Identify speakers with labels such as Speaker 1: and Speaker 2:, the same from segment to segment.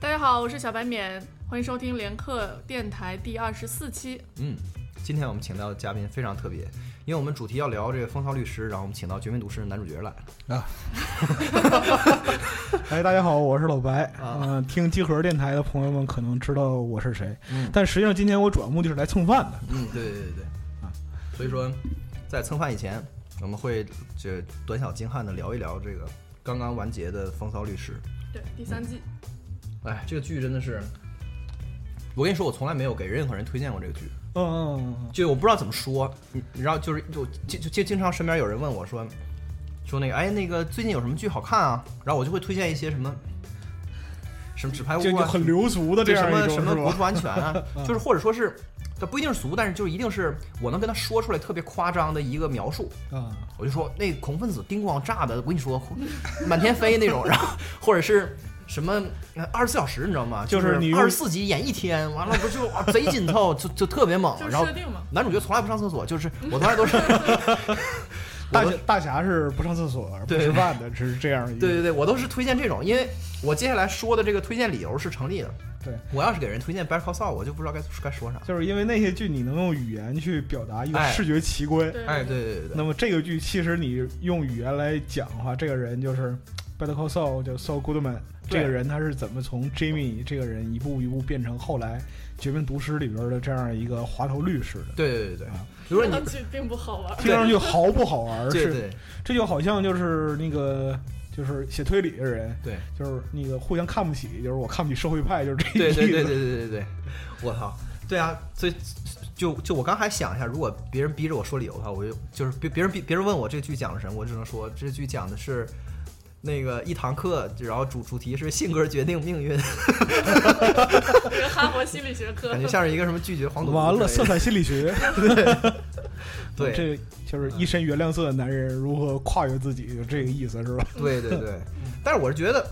Speaker 1: 家好，我是小白免，欢迎收听连客电台第二十四期。
Speaker 2: 嗯，今天我们请到的嘉宾非常特别，因为我们主题要聊这个风骚律师，然后我们请到《绝命毒师》男主角来了。
Speaker 3: 哎，大家好，我是老白。
Speaker 2: 啊
Speaker 3: 嗯、听集合电台的朋友们可能知道我是谁，
Speaker 2: 嗯
Speaker 3: 但实际上今天我主要目的是来蹭饭的。
Speaker 2: 嗯，对对对对
Speaker 3: 啊，
Speaker 2: 所以说在蹭饭以前，我们会这短小精悍的聊一聊这个刚刚完结的《风骚律师
Speaker 1: 对，第三季，》。
Speaker 2: 哎，这个剧真的是，我跟你说，我从来没有给任何人推荐过这个剧，
Speaker 3: 嗯嗯嗯嗯，
Speaker 2: 就我不知道怎么说，你你知道，就是就就就经常身边有人问我说，说那个哎那个最近有什么剧好看啊？然后我就会推荐一些什么。什么纸牌屋
Speaker 3: 就就
Speaker 2: 啊，
Speaker 3: 很流俗的
Speaker 2: 对
Speaker 3: 这
Speaker 2: 什
Speaker 3: 样一
Speaker 2: 么
Speaker 3: 种
Speaker 2: 什么
Speaker 3: 是
Speaker 2: 国
Speaker 3: 吧？
Speaker 2: 土安全啊， 就是或者说是，它不一定是俗，但是就是一定是我能跟他说出来特别夸张的一个描述，
Speaker 3: 啊，
Speaker 2: 我就说那恐怖分子叮咣炸的，我跟你说满天飞那种， 然后或者是。什么二十四小时你知道吗？
Speaker 3: 就是是你用
Speaker 2: 二十四集演一天，完了不就哇贼紧凑，就就特别猛
Speaker 1: 就。是
Speaker 2: 哦然后
Speaker 1: 设定嘛。
Speaker 2: 男主角从来不上厕所，就是我从来 都是
Speaker 3: 大侠大侠是不上厕所、不
Speaker 2: 对
Speaker 3: 吃饭的，只是这样一
Speaker 2: 对
Speaker 3: 个。
Speaker 2: 对对，我都是推荐这种，因为我接下来说的这个推荐理由是成立的。
Speaker 3: 对，
Speaker 2: 我要是给人推荐《Better Call Saul》，我就不知道该该说啥。
Speaker 3: 就是因为那些剧你能用语言去表达一个
Speaker 2: 哎
Speaker 3: 视觉 奇观，
Speaker 1: 对
Speaker 2: 哎，对对对对，
Speaker 3: 那么这个剧其实你用语言来讲的话，这个人就是。Better Call Saul 叫 Saul Goodman，
Speaker 2: 对
Speaker 3: 这个人他是怎么从 Jimmy 这个人一步一步变成后来《绝命毒师》里边的这样一个滑头律师的？
Speaker 2: 对对对对
Speaker 3: 啊，
Speaker 2: 比如说
Speaker 1: 上
Speaker 2: 你
Speaker 1: 去并不好玩。
Speaker 3: 听上去毫不好玩，
Speaker 2: 对
Speaker 3: 是
Speaker 2: 对
Speaker 3: 这就好像就是那个就是写推理的人，
Speaker 2: 对
Speaker 3: 就是那个互相看不起，就是我看不起社会派，就是这
Speaker 2: 对对
Speaker 3: 意
Speaker 2: 对
Speaker 3: 思。
Speaker 2: 对对对对对，我操，对啊，所以就就我刚还想一下，如果别人逼着我说理由的话，我就就是别别人逼别人问我这剧讲的什么，我只能说这剧讲的是。那个一堂课，然后主主题是性格决定命运，
Speaker 1: 这个哈佛心理学课
Speaker 2: 感 觉像是一个什么拒绝黄赌毒之类的。
Speaker 3: 完了，色彩心理学，
Speaker 2: 对
Speaker 3: 这就是一身原谅色的男人如何跨越自己，就这个意思是吧？
Speaker 2: 对对 对，但是我是觉得，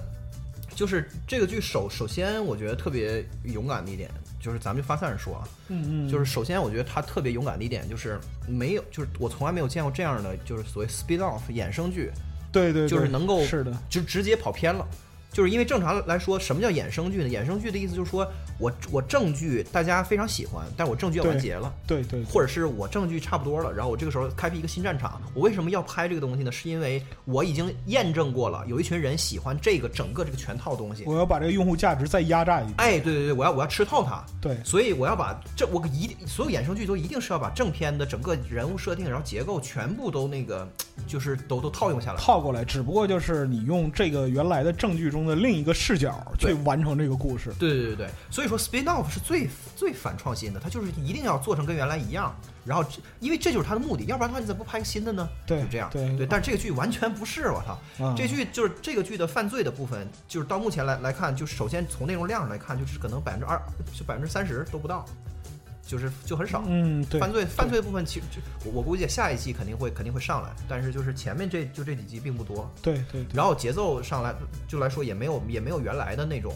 Speaker 2: 就是这个剧首首先我觉得特别勇敢的一点，就是咱们就发散着说啊，
Speaker 3: 嗯嗯，
Speaker 2: 就是首先，我觉得他特别勇敢的一点就是没有，就是我从来没有见过这样的，就是所谓 speed off 衍生剧，
Speaker 3: 对对，对
Speaker 2: 就是能够
Speaker 3: 是的，
Speaker 2: 就直接跑偏了。就是因为正常来说，什么叫衍生剧呢？衍生剧的意思就是说我我正剧大家非常喜欢，但我正剧要完结了，
Speaker 3: 对对对
Speaker 2: 或者是我正剧差不多了，然后我这个时候开辟一个新战场。我为什么要拍这个东西呢？是因为我已经验证过了，有一群人喜欢这个整个这个全套东西。
Speaker 3: 我要把这个用户价值再压榨一遍。
Speaker 2: 哎，对对对，我要我要吃透它，
Speaker 3: 对，
Speaker 2: 所以我要把这我一定所有衍生剧都一定是要把正片的整个人物设定，然后结构全部都那个就是都都套用下来。
Speaker 3: 套过来，只不过就是你用这个原来的证据中的另一个视角去
Speaker 2: 对
Speaker 3: 完成这个故事。
Speaker 2: 对对对对，所以说 spin off 是最最反创新的，它就是一定要做成跟原来一样，然后这因为这就是它的目的，要不然的话你怎么不拍个新的呢？
Speaker 3: 对
Speaker 2: 就这样。
Speaker 3: 对
Speaker 2: 对，但这个剧完全不是，我操！
Speaker 3: 啊
Speaker 2: 这剧就是这个剧的犯罪的部分，就是到目前来来看，就是首先从内容量上来看，就是可能百分之二，就百分之三十都不到，就是就很少。
Speaker 3: 嗯，对，
Speaker 2: 犯罪犯罪部分其实就我我估计下一季肯定会肯定会上来，但是就是前面这就这几集并不多，
Speaker 3: 对对对，
Speaker 2: 然后节奏上来就来说也没有也没有原来的那种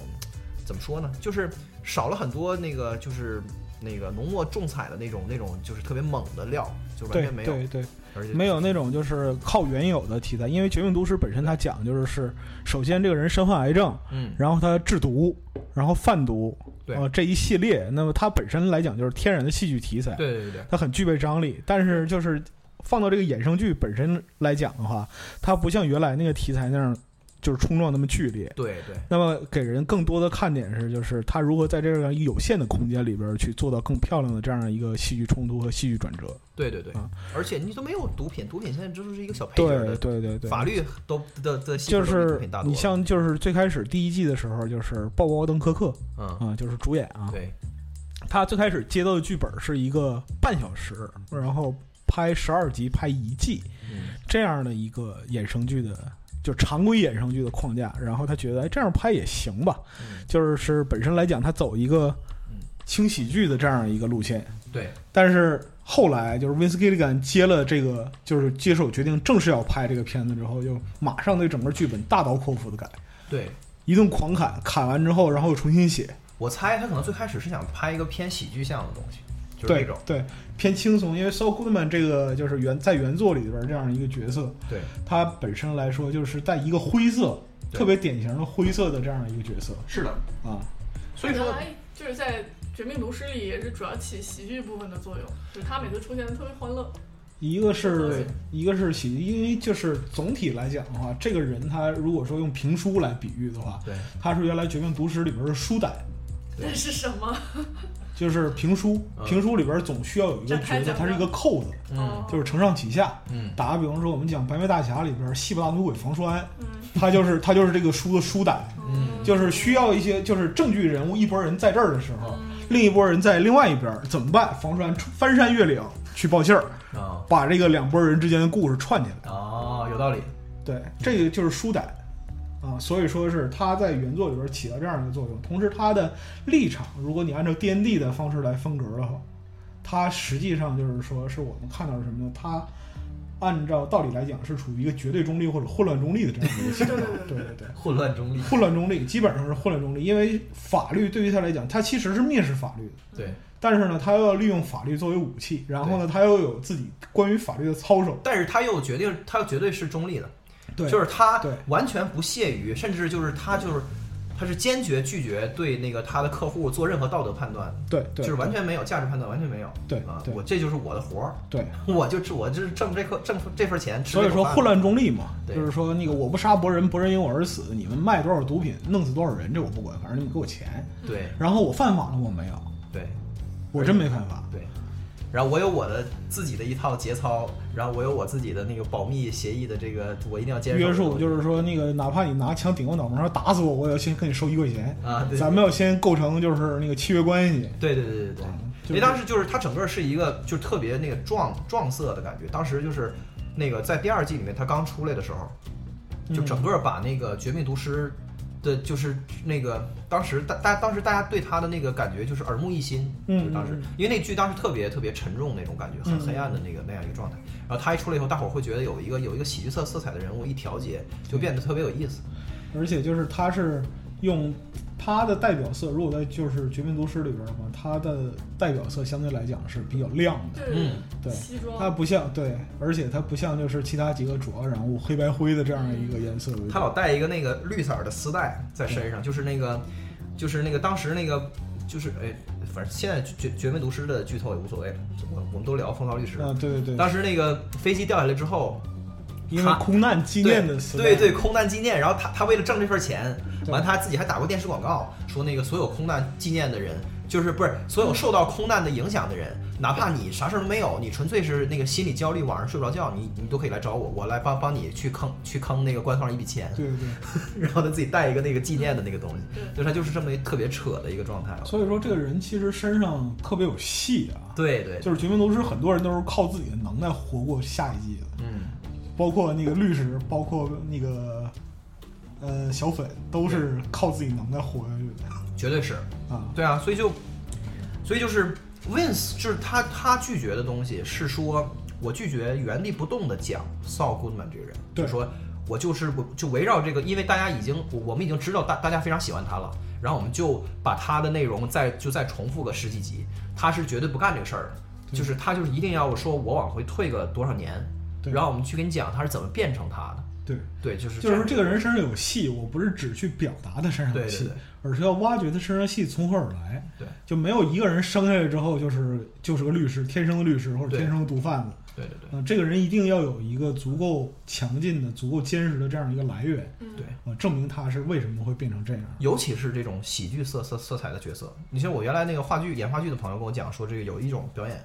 Speaker 2: 怎么说呢，就是少了很多那个就是那个浓墨重彩的那种那种就是特别猛的料，就完
Speaker 3: 对
Speaker 2: 全没有，
Speaker 3: 对对，
Speaker 2: 而且
Speaker 3: 没有那种就是靠原有的题材，因为《绝命毒师》本身它讲就是是，首先这个人身患癌症，
Speaker 2: 嗯
Speaker 3: 然后他制毒，然后贩毒，
Speaker 2: 对
Speaker 3: 呃这一系列，那么它本身来讲就是天然的戏剧题材，
Speaker 2: 对对对对
Speaker 3: 它很具备张力，但是就是放到这个衍生剧本身来讲的话，它不像原来那个题材那样就是冲撞那么剧烈。
Speaker 2: 对对
Speaker 3: 那么给人更多的看点是，就是他如何在这样一个有限的空间里边去做到更漂亮的这样一个戏剧冲突和戏剧转折。
Speaker 2: 对对对
Speaker 3: 啊，
Speaker 2: 而且你都没有毒品，毒品现在就是一个小配角
Speaker 3: 对
Speaker 2: 的。
Speaker 3: 对对对，
Speaker 2: 法律都的的的
Speaker 3: 就
Speaker 2: 性格都比毒
Speaker 3: 是
Speaker 2: 品大多
Speaker 3: 你
Speaker 2: 了
Speaker 3: 像就是最开始第一季的时候，就是鲍勃·奥登科克
Speaker 2: 嗯
Speaker 3: 啊，就是主演啊，
Speaker 2: 对
Speaker 3: 他最开始接到的剧本是一个半小时，然后拍十二集，拍一季
Speaker 2: 嗯
Speaker 3: 这样的一个衍生剧的。就常规衍生剧的框架，然后他觉得哎这样拍也行吧，
Speaker 2: 嗯
Speaker 3: 就是是本身来讲他走一个
Speaker 2: 嗯
Speaker 3: 轻喜剧的这样一个路线，
Speaker 2: 对
Speaker 3: 但是后来就是 Vince Gilligan 接了这个，就是接手决定正式要拍这个片子之后，就马上对整个剧本大刀阔斧的改，
Speaker 2: 对，
Speaker 3: 一顿狂砍，砍完之后，然后又重新写，
Speaker 2: 我猜他可能最开始是想拍一个偏喜剧向的东西，就是那
Speaker 3: 对
Speaker 2: 种
Speaker 3: 对，偏轻松，因为 Saul Goodman 这个就是原在原作里边这样一个角色，
Speaker 2: 对
Speaker 3: 他本身来说就是在一个灰色，
Speaker 2: 对
Speaker 3: 特别典型的灰色的这样一个角色
Speaker 2: 是的，
Speaker 3: 啊，
Speaker 2: 所以说
Speaker 1: 原来就是在《绝命毒师》里也是主要起喜剧部分的作用，就是他每次出现都特别欢乐。
Speaker 3: 一个是一个是喜剧，因为就是总体来讲的话，这个人他如果说用评书来比喻的话，
Speaker 2: 对
Speaker 3: 他是原来《绝命毒师》里边的书呆，
Speaker 1: 那是什么？
Speaker 3: 就是评书，
Speaker 2: 嗯
Speaker 3: 评书里边总需要有一个
Speaker 1: 展开
Speaker 3: 角色，
Speaker 1: 讲
Speaker 3: 他是一
Speaker 1: 讲
Speaker 3: 个扣子，
Speaker 2: 嗯
Speaker 3: 就是承上启下。
Speaker 2: 嗯
Speaker 3: 打个比方说，我们讲《白眉大侠》里边西部大腿鬼房栓，
Speaker 1: 嗯
Speaker 3: 他就是他就是这个书的书呆，
Speaker 2: 嗯
Speaker 3: 就是需要一些就是证据人物一拨人在这儿的时候，
Speaker 1: 嗯
Speaker 3: 另一拨人在另外一边儿怎么办？房栓出翻山越岭去报信儿，
Speaker 2: 啊
Speaker 3: 把这个两拨人之间的故事串起来。
Speaker 2: 哦，有道理。
Speaker 3: 对，这个就是书呆。啊，所以说是他在原作里边起了这样一个作用，同时他的立场，如果你按照 D N D 的方式来分格的话，他实际上就是说是我们看到的什么呢？他按照道理来讲是处于一个绝对中立或者混乱中立的这样一个情况
Speaker 1: 对对，
Speaker 3: 对
Speaker 1: 对
Speaker 3: 对对。
Speaker 2: 混乱中立，
Speaker 3: 混乱中立，基本上是混乱中立，因为法律对于他来讲，他其实是蔑视法律的，
Speaker 2: 对。
Speaker 3: 但是呢，他又要利用法律作为武器，然后呢，他又有自己关于法律的操守，
Speaker 2: 但是他又决定，他绝对是中立的，
Speaker 3: 对，
Speaker 2: 就是他
Speaker 3: 对
Speaker 2: 完全不屑于，甚至就是他就是他是坚决拒绝对那个他的客户做任何道德判断，
Speaker 3: 对
Speaker 2: 就
Speaker 3: 对，
Speaker 2: 是完全没有价值判断，完全没有。
Speaker 3: 对
Speaker 2: 啊，
Speaker 3: 对
Speaker 2: 我这就是我的活儿，
Speaker 3: 对，
Speaker 2: 我就是我就是挣这口挣这份钱，吃
Speaker 3: 所以
Speaker 2: 这口
Speaker 3: 说
Speaker 2: 饭
Speaker 3: 混乱中立嘛，
Speaker 2: 对
Speaker 3: 就是说那个我不杀伯仁，伯仁因我而死，你们卖多少毒品，弄死多少人，这我不管，反正你们给我钱，
Speaker 2: 对
Speaker 3: 然后我犯法了我没有，
Speaker 2: 对
Speaker 3: 我真没犯法，
Speaker 2: 对。然后我有我的自己的一套节操，然后我有我自己的那个保密协议的这个，我一定要坚守。
Speaker 3: 约束就是说那个哪怕你拿枪顶我脑门上打死我，我也要先跟你收一块钱，
Speaker 2: 啊，对
Speaker 3: 咱们要先构成就是那个契约关系，嗯
Speaker 2: 对对对对对，
Speaker 3: 就
Speaker 2: 因
Speaker 3: 是
Speaker 2: 为当时就是他整个是一个就是特别那个撞撞色的感觉，当时就是那个在第二季里面他刚出来的时候，就整
Speaker 3: 嗯
Speaker 2: 个把那个《绝命毒师》的，就是那个当时大大当时大家对他的那个感觉就是耳目一新，
Speaker 3: 嗯
Speaker 2: 就是当时
Speaker 3: 嗯
Speaker 2: 因为那剧当时特别特别沉重那种感觉，很
Speaker 3: 嗯
Speaker 2: 黑暗的那个那样一个状态。然后他一出来以后，大伙儿会觉得有一个有一个喜剧色色彩的人物一调节，就变得特别有意思。
Speaker 3: 嗯而且就是他是用他的代表色，如果在就是《绝命毒师》里边的话，他的代表色相对来讲是比较亮的，
Speaker 1: 对
Speaker 2: 嗯
Speaker 3: 对，
Speaker 1: 西
Speaker 3: 它
Speaker 1: 装，
Speaker 3: 不像对，而且它不像就是其他几个主要人物黑白灰的这样一个颜色为主
Speaker 2: 嗯他老带一个那个绿色儿的丝带在身上，就是那个，就是那个当时那个，就是哎，反正现在绝绝命毒师的剧透也无所谓了，我我们都聊风骚律师。
Speaker 3: 啊，对对对，
Speaker 2: 当时那个飞机掉下来之后，
Speaker 3: 因为空难纪念的时代
Speaker 2: 对对，空难纪念，然后他他为了挣这份钱，
Speaker 3: 对
Speaker 2: 完他自己还打过电视广告，说那个所有空难纪念的人，就是不是所有受到空难的影响的人，哪怕你啥事儿都没有，你纯粹是那个心理焦虑，晚上睡不着觉，你你都可以来找我，我来帮帮你去坑去坑那个官方一笔钱。
Speaker 3: 对对对，
Speaker 2: 然后他自己带一个那个纪念的那个东西，
Speaker 1: 对
Speaker 2: 就是他就是这么一个特别扯的一个状态了。
Speaker 3: 所以说这个人其实身上特别有戏啊，
Speaker 2: 对对，
Speaker 3: 就是《绝命毒师》很多人都是靠自己的能耐活过下一季的，
Speaker 2: 嗯，
Speaker 3: 包括那个律师，包括那个呃小粉，都是靠自己能耐活下去的
Speaker 2: 绝对是，
Speaker 3: 啊，
Speaker 2: 对啊，所以就，所以就是 Vince 就是他他拒绝的东西是说，我拒绝原地不动的讲 Saul Goodman 这个人，
Speaker 3: 对
Speaker 2: 就说我就是我就围绕这个，因为大家已经我我们已经知道大大家非常喜欢他了，然后我们就把他的内容再就再重复个十几集，他是绝对不干这个事儿的，就是他就是一定要说我往回退个多少年，
Speaker 3: 对
Speaker 2: 然后我们去跟你讲他是怎么变成他的。
Speaker 3: 对。
Speaker 2: 对，就是
Speaker 3: 就是说，
Speaker 2: 这
Speaker 3: 这
Speaker 2: 样
Speaker 3: 个人身上有戏，我不是只去表达他身上有
Speaker 2: 对对
Speaker 3: 戏，
Speaker 2: 对
Speaker 3: 而是要挖掘他身上的戏从何而来。
Speaker 2: 对
Speaker 3: 就没有一个人生下来之后就是就是个律师，天生的律师或者
Speaker 2: 对
Speaker 3: 天生的毒贩子。
Speaker 2: 对对对
Speaker 3: 嗯、这个人一定要有一个足够强劲的、足够坚实的这样一个来源，
Speaker 1: 嗯
Speaker 2: 对，
Speaker 3: 啊、证明他是为什么会变成这样。
Speaker 2: 尤其是这种喜剧色色色彩的角色。你像我原来那个话剧演话剧的朋友跟我讲说，这个有一种表演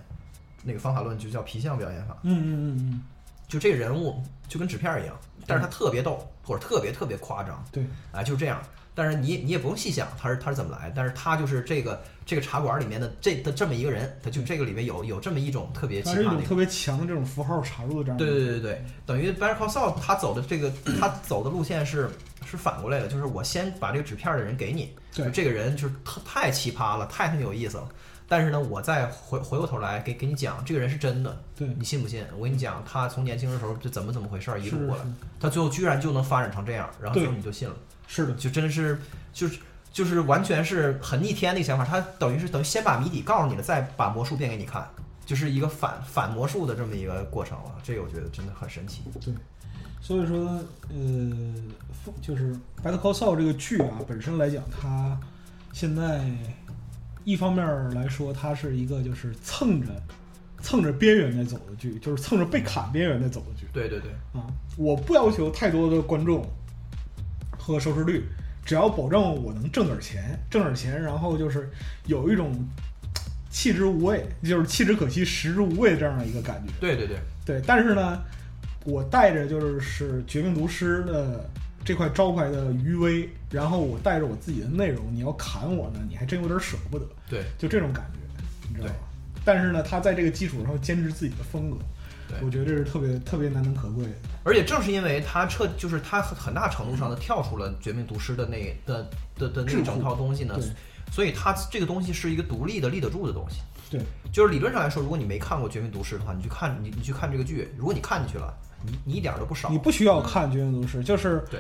Speaker 2: 那个方法论，就叫皮相表演法，
Speaker 3: 嗯嗯嗯嗯，
Speaker 2: 就这个人物就跟纸片儿一样，但是他特别逗或者特别特别夸张，
Speaker 3: 对
Speaker 2: 啊，就是这样。但是你你也不用细想他是他是怎么来，但是他就是这个这个茶馆里面的这的这么一个人，他就这个里面有有这么一种特别奇
Speaker 3: 他
Speaker 2: 葩
Speaker 3: 是
Speaker 2: 的
Speaker 3: 一
Speaker 2: 一
Speaker 3: 种
Speaker 2: 个
Speaker 3: 特别强的这种符号插入的这样一
Speaker 2: 对
Speaker 3: 个。
Speaker 2: 对对对对，等于 Better Call Saul 他走的这个他走的路线是是反过来的，就是我先把这个纸片儿的人给你，
Speaker 3: 对
Speaker 2: 就这个人就是他太奇葩了，太他妈有意思了。但是呢，我再回回过头来给给你讲，这个人是真的，
Speaker 3: 对
Speaker 2: 你信不信？我跟你讲，他从年轻的时候就怎么怎么回事儿，一
Speaker 3: 是
Speaker 2: 路过来
Speaker 3: 是，
Speaker 2: 他最后居然就能发展成这样，然后
Speaker 3: 对
Speaker 2: 最后你就信了，
Speaker 3: 是的，
Speaker 2: 就真是就是就是完全是很逆天的一个想法。他等于是等于先把谜底告诉你了，再把魔术变给你看，就是一个反反魔术的这么一个过程了。这个我觉得真的很神奇。
Speaker 3: 对。所以说，呃，就是《Better Call Saul》这个剧啊，本身来讲，它现在一方面儿来说，它是一个就是蹭着蹭着边缘在走的剧，就是蹭着被砍边缘在走的剧
Speaker 2: 对对对，
Speaker 3: 啊。我不要求太多的观众和收视率，只要保证我能挣点钱，挣点钱，然后就是有一种弃之无味，就是弃之可惜，食之无味这样的一个感觉。
Speaker 2: 对对对，
Speaker 3: 对，但是呢，我带着就是是《绝命毒师》的这块招牌的余威，然后我带着我自己的内容，你要砍我呢，你还真有点舍不得，
Speaker 2: 对
Speaker 3: 就这种感觉，你知道吧？但是呢，他在这个基础上坚持自己的风格，
Speaker 2: 对
Speaker 3: 我觉得这是特别特别难能可贵的。
Speaker 2: 而且正是因为他彻，就是他很很大程度上的跳出了《绝命毒师》的那的的的那整套东西呢
Speaker 3: 对，
Speaker 2: 所以它这个东西是一个独立的、立得住的东西。
Speaker 3: 对，
Speaker 2: 就是理论上来说，如果你没看过《绝命毒师》的话，你去看你你去看这个剧，如果你看进去了，你你一点儿都不少嗯
Speaker 3: 你。不需要看《绝命毒师》，就是
Speaker 2: 对，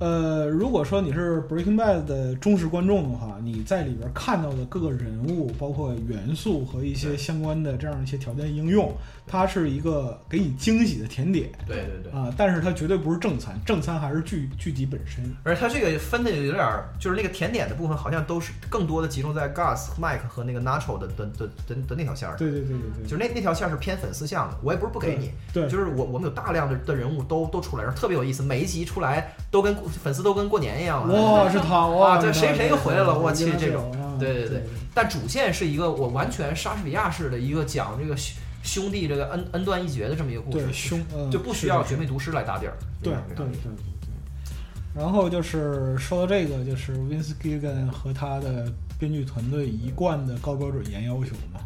Speaker 3: 呃，如果说你是 Breaking Bad 的忠实观众的话，你在里边看到的各个人物，包括元素和一些
Speaker 2: 对
Speaker 3: 相关的这样一些条件应用，它是一个给你惊喜的甜点
Speaker 2: 对对对。
Speaker 3: 啊、但是它绝对不是正餐，正餐还是剧剧集本身。
Speaker 2: 而它这个分的有点儿，就是那个甜点的部分，好像都是更多的集中在 Gus、Mike 和那个 Nacho 的的的的的那条线儿上。
Speaker 3: 对对对对对，
Speaker 2: 就是那那条线是偏粉丝向的，我也不是不给你，
Speaker 3: 对
Speaker 2: 就是我我们有大量的的人物都都出来，然后特别有意思，每一集出来都跟粉丝都跟过年一样了。
Speaker 3: 哇，是他哇，
Speaker 2: 啊对谁谁又回来了我去这
Speaker 3: 种
Speaker 2: 种，
Speaker 3: 啊
Speaker 2: 对对对但主线是一个我完全莎士比亚式的一个讲这个兄兄弟这个恩恩断义绝的这么一个故
Speaker 3: 对
Speaker 2: 事，
Speaker 3: 凶，嗯
Speaker 2: 就不需
Speaker 3: 是
Speaker 2: 要
Speaker 3: 是
Speaker 2: 绝命毒师来打底儿。
Speaker 3: 对
Speaker 2: 这
Speaker 3: 对
Speaker 2: 种
Speaker 3: 对对。然后就是说到这个，就是 Vince Gilligan 和他的编剧团队一贯的高标准严要求嘛，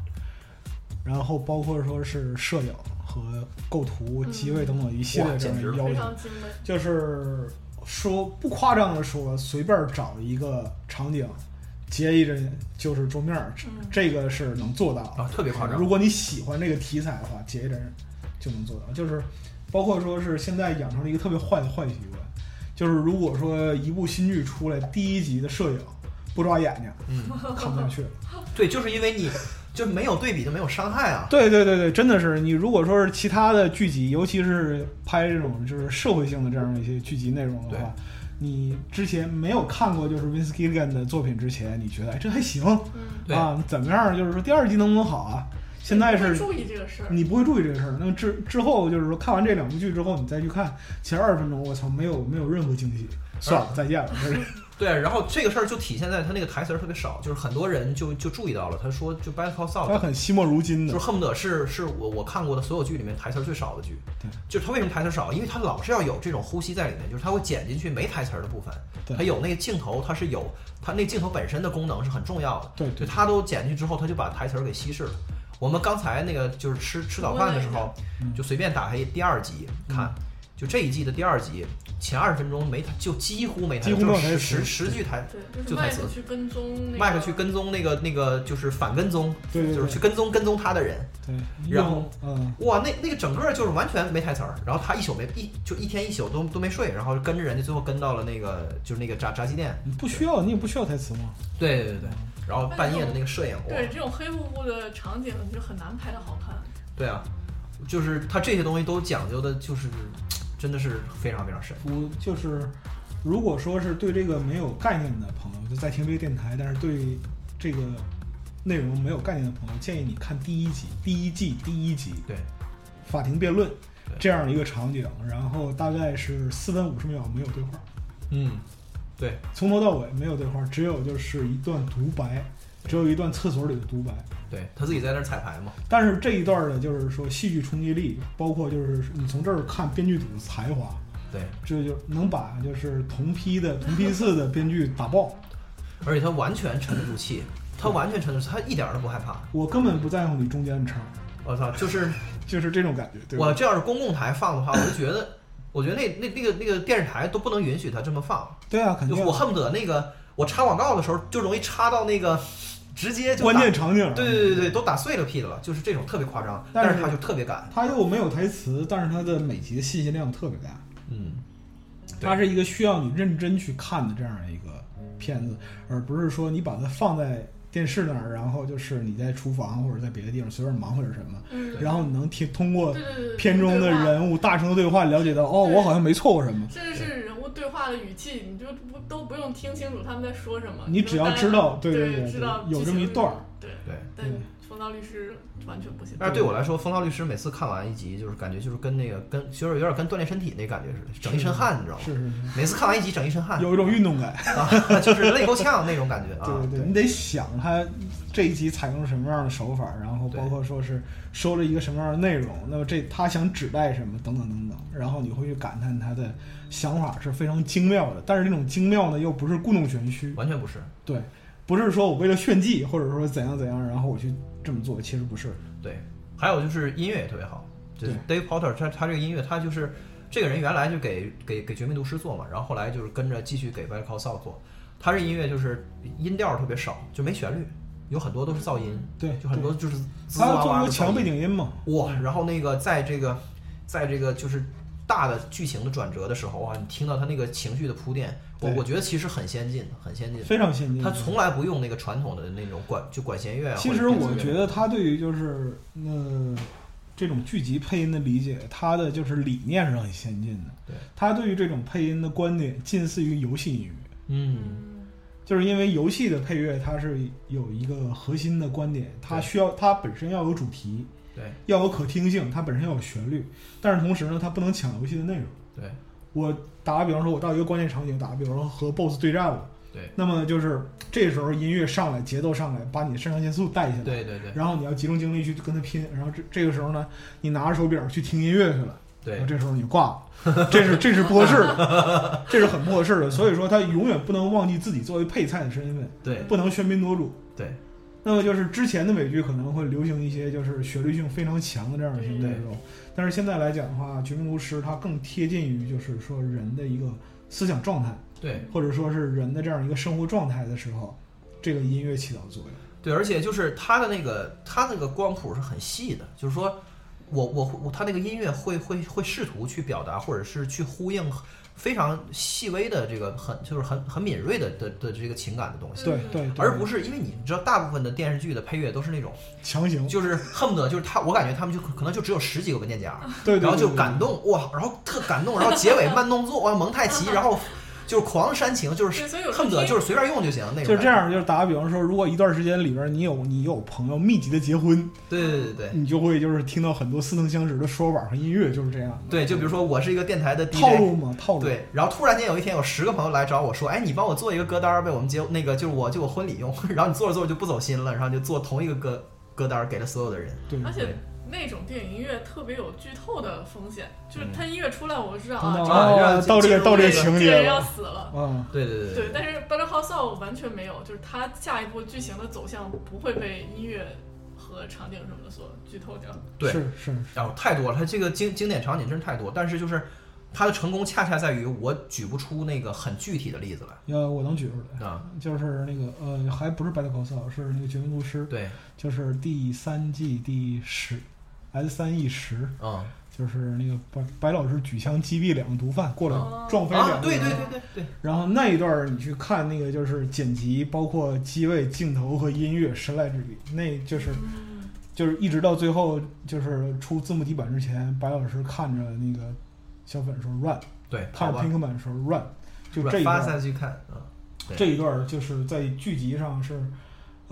Speaker 3: 然后包括说是摄影和构图、
Speaker 1: 嗯
Speaker 3: 机位等等一系列
Speaker 2: 哇
Speaker 3: 这
Speaker 2: 简
Speaker 3: 样的
Speaker 2: 直
Speaker 3: 要
Speaker 1: 非
Speaker 3: 求，
Speaker 1: 常精美。
Speaker 3: 就是说不夸张的说，随便找一个场景接一帧就是桌面儿，
Speaker 1: 嗯
Speaker 3: 这个是能做到的
Speaker 2: 啊特别夸张
Speaker 3: 如果你喜欢这个题材的话，接一帧就能做到。就是包括说是现在养成了一个特别坏的坏习惯，就是如果说一部新剧出来，第一集的摄影 不抓眼睛，
Speaker 2: 嗯，
Speaker 3: 看不下去。
Speaker 2: 对，就是因为你就没有对比就没有伤害啊。
Speaker 3: 对对对对，真的是你如果说是其他的剧集，尤其是拍这种就是社会性的这样的一些剧集内容的
Speaker 2: 对
Speaker 3: 话，你之前没有看过就是 Vince Gilligan 的作品之前，你觉得哎这还行
Speaker 1: 嗯，
Speaker 2: 对
Speaker 3: 啊，怎么样？就是说第二季能不能好啊？现在
Speaker 1: 会
Speaker 3: 是
Speaker 1: 注意这个事儿。
Speaker 3: 你不会注意这个事儿，那之之后就是说看完这两部剧之后，你再去看前二十分钟，我操，没有没有任何惊喜，算了，再 见了，就是
Speaker 2: 对，啊然后这个事儿就体现在他那个台词儿特别少，就是很多人就就注意到了，他说就 Better Call Saul
Speaker 3: 他很惜墨如金
Speaker 2: 就
Speaker 3: 的
Speaker 2: 是，恨不得是是我我看过的所有剧里面台词儿最少的剧
Speaker 3: 对。
Speaker 2: 就是他为什么台词儿少？因为他老是要有这种呼吸在里面，就是他会剪进去没台词儿的部分
Speaker 3: 对，
Speaker 2: 他有那个镜头，他是有他那镜头本身的功能是很重要的。
Speaker 3: 对对
Speaker 2: 就他都剪进去之后，他就把台词儿给稀释了。我们刚才那个就是吃吃早饭的时候
Speaker 3: 嗯，
Speaker 2: 就随便打开第二集看，就这一季的第二集前二十分钟没台就几乎没台
Speaker 3: 几
Speaker 2: 词
Speaker 3: 乎
Speaker 2: 儿，
Speaker 3: 没有
Speaker 2: 就
Speaker 3: 台
Speaker 2: 是十
Speaker 3: 词
Speaker 2: 十句台
Speaker 1: 对，就是
Speaker 2: 就台
Speaker 1: 麦
Speaker 2: 词
Speaker 1: 克去跟踪那个
Speaker 2: 麦克去跟踪那个那个就是反跟踪，
Speaker 3: 对对
Speaker 2: 就是
Speaker 3: 对
Speaker 2: 去跟踪跟踪他的人。
Speaker 3: 对，
Speaker 2: 然后
Speaker 3: 嗯。
Speaker 2: 哇，那那个整个就是完全没台词儿，然后他一宿没一就一天一宿都都没睡，然后跟着人家最后跟到了那个就是那个炸炸鸡店，
Speaker 3: 你不需要，你也不需要台词嘛。
Speaker 2: 对对对对，然后半夜的那个摄影，哇，
Speaker 1: 哎对这种黑乎乎的场景，你就很难拍的好看。
Speaker 2: 对啊，就是他这些东西都讲究的，就是真的是非常非常深，
Speaker 3: 嗯我就是，如果说是对这个没有概念的朋友，就在听这个电台，但是对这个内容没有概念的朋友，建议你看第一集、第一季、第一集
Speaker 2: 对
Speaker 3: 法庭辩论
Speaker 2: 对
Speaker 3: 这样一个场景，然后大概是四分五十秒没有对话，
Speaker 2: 嗯，对
Speaker 3: 从头到尾没有对话，只有就是一段独白，只有一段厕所里的独白。
Speaker 2: 对，他自己在那儿彩排嘛，
Speaker 3: 但是这一段呢，就是说戏剧冲击力，包括就是你从这儿看编剧组的才华，
Speaker 2: 对，
Speaker 3: 这就能把就是同批的同批次的编剧打爆。
Speaker 2: 而且他完全沉得住气，他完全沉得住，他一点儿都不害怕，
Speaker 3: 我根本不在乎你中间的茬儿，
Speaker 2: 我操，就是。
Speaker 3: 就是这种感觉，对吧？
Speaker 2: 我这要是公共台放的话，我就觉得，我觉得那那那个那个电视台都不能允许他这么放。
Speaker 3: 对啊，肯
Speaker 2: 就
Speaker 3: 定啊
Speaker 2: 我恨不得那个我插广告的时候，就容易插到那个直接就
Speaker 3: 关
Speaker 2: 打
Speaker 3: 键场景。
Speaker 2: 对对对对，都打碎了屁的了，就是这种特别夸张，
Speaker 3: 但是
Speaker 2: 但是他就特别敢。
Speaker 3: 他又没有台词，但是他的每集的信息量特别大，
Speaker 2: 嗯，对
Speaker 3: 它是一个需要你认真去看的这样一个片子，而不是说你把它放在电视那儿，然后就是你在厨房或者在别的地方随便忙或者什么，
Speaker 1: 嗯，
Speaker 3: 然后你能听通 过
Speaker 1: 对对对对，
Speaker 3: 片中的
Speaker 1: 对话
Speaker 3: 人物大声的对话了解到，哦，我好像没错过什么。
Speaker 1: 甚至是人物对话的语气，你就不都不用听清楚他们在说什么，
Speaker 3: 你只要知道，对
Speaker 1: 对
Speaker 3: 对对
Speaker 1: 知道，
Speaker 3: 有这么一段儿，
Speaker 1: 对，
Speaker 2: 对。
Speaker 1: 但
Speaker 3: 对
Speaker 1: 风骚律师完全不行。
Speaker 2: 但啊是对我来说，《风骚律师》每次看完一集，就是感觉就是跟那个跟就是有点跟锻炼身体那感觉似的，整一身汗，你知道吗？
Speaker 3: 是是是，
Speaker 2: 每次看完一集整一身汗
Speaker 3: 有一种运动感。
Speaker 2: 啊， 就是累够呛那种感觉啊
Speaker 3: 对。对，你得想他这一集采用什么样的手法，然后包括说是说了一个什么样的内容，那么这他想指代什么等等等等，然后你会去感叹他的想法是非常精妙的，但是这种精妙呢又不是故弄玄虚，
Speaker 2: 完全不是。
Speaker 3: 对，不是说我为了炫技或者说怎样怎样，然后我去这么做，其实不是，
Speaker 2: 对，还有就是音乐也特别好，就是 Dave Potter 他他这个音乐他就是这个人原来就给给给《绝命毒师》做嘛，然后后来就是跟着继续给《Better Call Saul》做，他这音乐就是音调特别少，就没旋律，有很多都是噪音，
Speaker 3: 对，
Speaker 2: 就很多就是滋
Speaker 3: 他
Speaker 2: 哇
Speaker 3: 要
Speaker 2: 哇
Speaker 3: 做一
Speaker 2: 的
Speaker 3: 个
Speaker 2: 噪
Speaker 3: 强
Speaker 2: 音
Speaker 3: 背景音嘛，
Speaker 2: 哇，然后那个在这个在这个就是大的剧情的转折的时候啊，你听到他那个情绪的铺垫，我
Speaker 3: 对
Speaker 2: 我觉得其实很先进，很先进。
Speaker 3: 非常先进
Speaker 2: 他。从来不用那个传统的那种管就管弦乐啊。
Speaker 3: 其
Speaker 2: 或者
Speaker 3: 实
Speaker 2: 电子
Speaker 3: 我
Speaker 2: 乐
Speaker 3: 觉得他对于就是呃这种剧集配音的理解，他的就是理念是很先进的。
Speaker 2: 对，
Speaker 3: 他对于这种配音的观点近似于游戏音乐，
Speaker 2: 嗯，
Speaker 1: 嗯，
Speaker 3: 就是因为游戏的配乐它是有一个核心的观点，它
Speaker 2: 对
Speaker 3: 需要它本身要有主题，
Speaker 2: 对
Speaker 3: 要有可听性，它本身要有旋律，但是同时呢，它不能抢游戏的内容。
Speaker 2: 对
Speaker 3: 我打个比方说，我到一个关键场景，打个比方说和 BOSS 对战了，
Speaker 2: 对
Speaker 3: 那么就是这时候音乐上来，节奏上来，把你的肾上腺素带下来，
Speaker 2: 对对对
Speaker 3: 然后你要集中精力去跟他拼，然后这这个时候呢，你拿着手表去听音乐去了，然
Speaker 2: 对
Speaker 3: 后这时候你就挂了， 这是这是不合适 的，这是很不合适的。所以说，他永远不能忘记自己作为配菜的身份，
Speaker 2: 对
Speaker 3: 不能喧宾夺主。
Speaker 2: 对，
Speaker 3: 那么就是之前的美剧可能会流行一些就是旋律性非常强的这样的音乐内容，但是现在来讲的话，《绝命毒师》它更贴近于就是说人的一个思想状态，
Speaker 2: 对
Speaker 3: 或者说是人的这样一个生活状态的时候，这个音乐起到作用。
Speaker 2: 对，而且就是他的那个他那个光谱是很细的，就是说我我我他那个音乐会会会试图去表达，或者是去呼应非常细微的这个很就是很很敏锐的的的这个情感的东西。
Speaker 3: 对
Speaker 1: 嗯
Speaker 3: 对，对
Speaker 2: 而不是因为你知道，大部分的电视剧的配乐都是那种，
Speaker 3: 强行，
Speaker 2: 就是恨不得就是他，我感觉他们就可可能就只有十几个文件夹，
Speaker 3: 对对对，
Speaker 2: 然后就
Speaker 3: 对
Speaker 2: 感动哇，然后特感动，然后结尾慢动作哇，蒙太奇，然后就是狂煽情，就是
Speaker 1: 对，所以有时候
Speaker 2: 恨不得
Speaker 1: 听
Speaker 2: 就是随便用就行那种。
Speaker 3: 就是这，样，就是打个比方说，如果一段时间里边你有你有朋友密集的结婚，
Speaker 2: 对对对对
Speaker 3: 你就会就是听到很多似曾相识的说法和音乐，就是这样的
Speaker 2: 对，就比如说我是一个电台的 DJ，
Speaker 3: 套路嘛，套路。
Speaker 2: 对，然后突然间有一天有十个朋友来找我说，哎，你帮我做一个歌单儿呗，我们结那个就是我就我婚礼用， 然后你做着做着就不走心了，然后就做同一个歌歌单儿给了所有的人，
Speaker 3: 对
Speaker 1: 而且那种电影音乐特别有剧透的风险，就是它
Speaker 3: 嗯
Speaker 1: 音乐出来，我知道
Speaker 3: 听
Speaker 1: 啊，
Speaker 2: 啊
Speaker 3: 到
Speaker 2: 让
Speaker 3: 哦到这
Speaker 2: 进
Speaker 3: 个
Speaker 2: 入
Speaker 3: 到这个
Speaker 2: 这
Speaker 1: 这
Speaker 2: 个
Speaker 3: 情
Speaker 1: 个
Speaker 3: 节
Speaker 1: 人要
Speaker 3: 了
Speaker 1: 死了。
Speaker 3: 啊，
Speaker 2: 对对对
Speaker 1: 对，但是《Better Call Saul》完全没有，就是它下一步剧情的走向不会被音乐和场景什么的所剧透掉。
Speaker 2: 对
Speaker 3: 是是，
Speaker 2: 然后太多了，它这个经经典场景真是太多，但是就是它的成功恰恰在于我举不出那个很具体的例子来
Speaker 3: 呃，我能举出来，
Speaker 2: 啊。
Speaker 3: 就是那个呃，还不是《白头高校》，是那个《绝命毒师》，
Speaker 2: 对，
Speaker 3: 就是第三季第十 S 三 E 十，
Speaker 2: 嗯
Speaker 3: 就是那个白白老师举枪击毙两个毒贩，过
Speaker 1: 哦
Speaker 3: 来撞飞
Speaker 2: 啊，
Speaker 3: 两个
Speaker 2: 对
Speaker 3: 人。
Speaker 2: 对对对对
Speaker 3: 然后那一段儿你去看那个就是剪辑，包括机位、镜头和音乐神来之笔，那就是
Speaker 1: 嗯，
Speaker 3: 就是一直到最后就是出字幕底板之前，白老师看着那个小粉说 run，
Speaker 2: 对，好
Speaker 3: 看着
Speaker 2: 吧，
Speaker 3: 平衡板说 run，就
Speaker 2: 软
Speaker 3: 这一段
Speaker 2: 发
Speaker 3: 儿
Speaker 2: 下去看啊，对
Speaker 3: 这一段儿就是在剧集上是。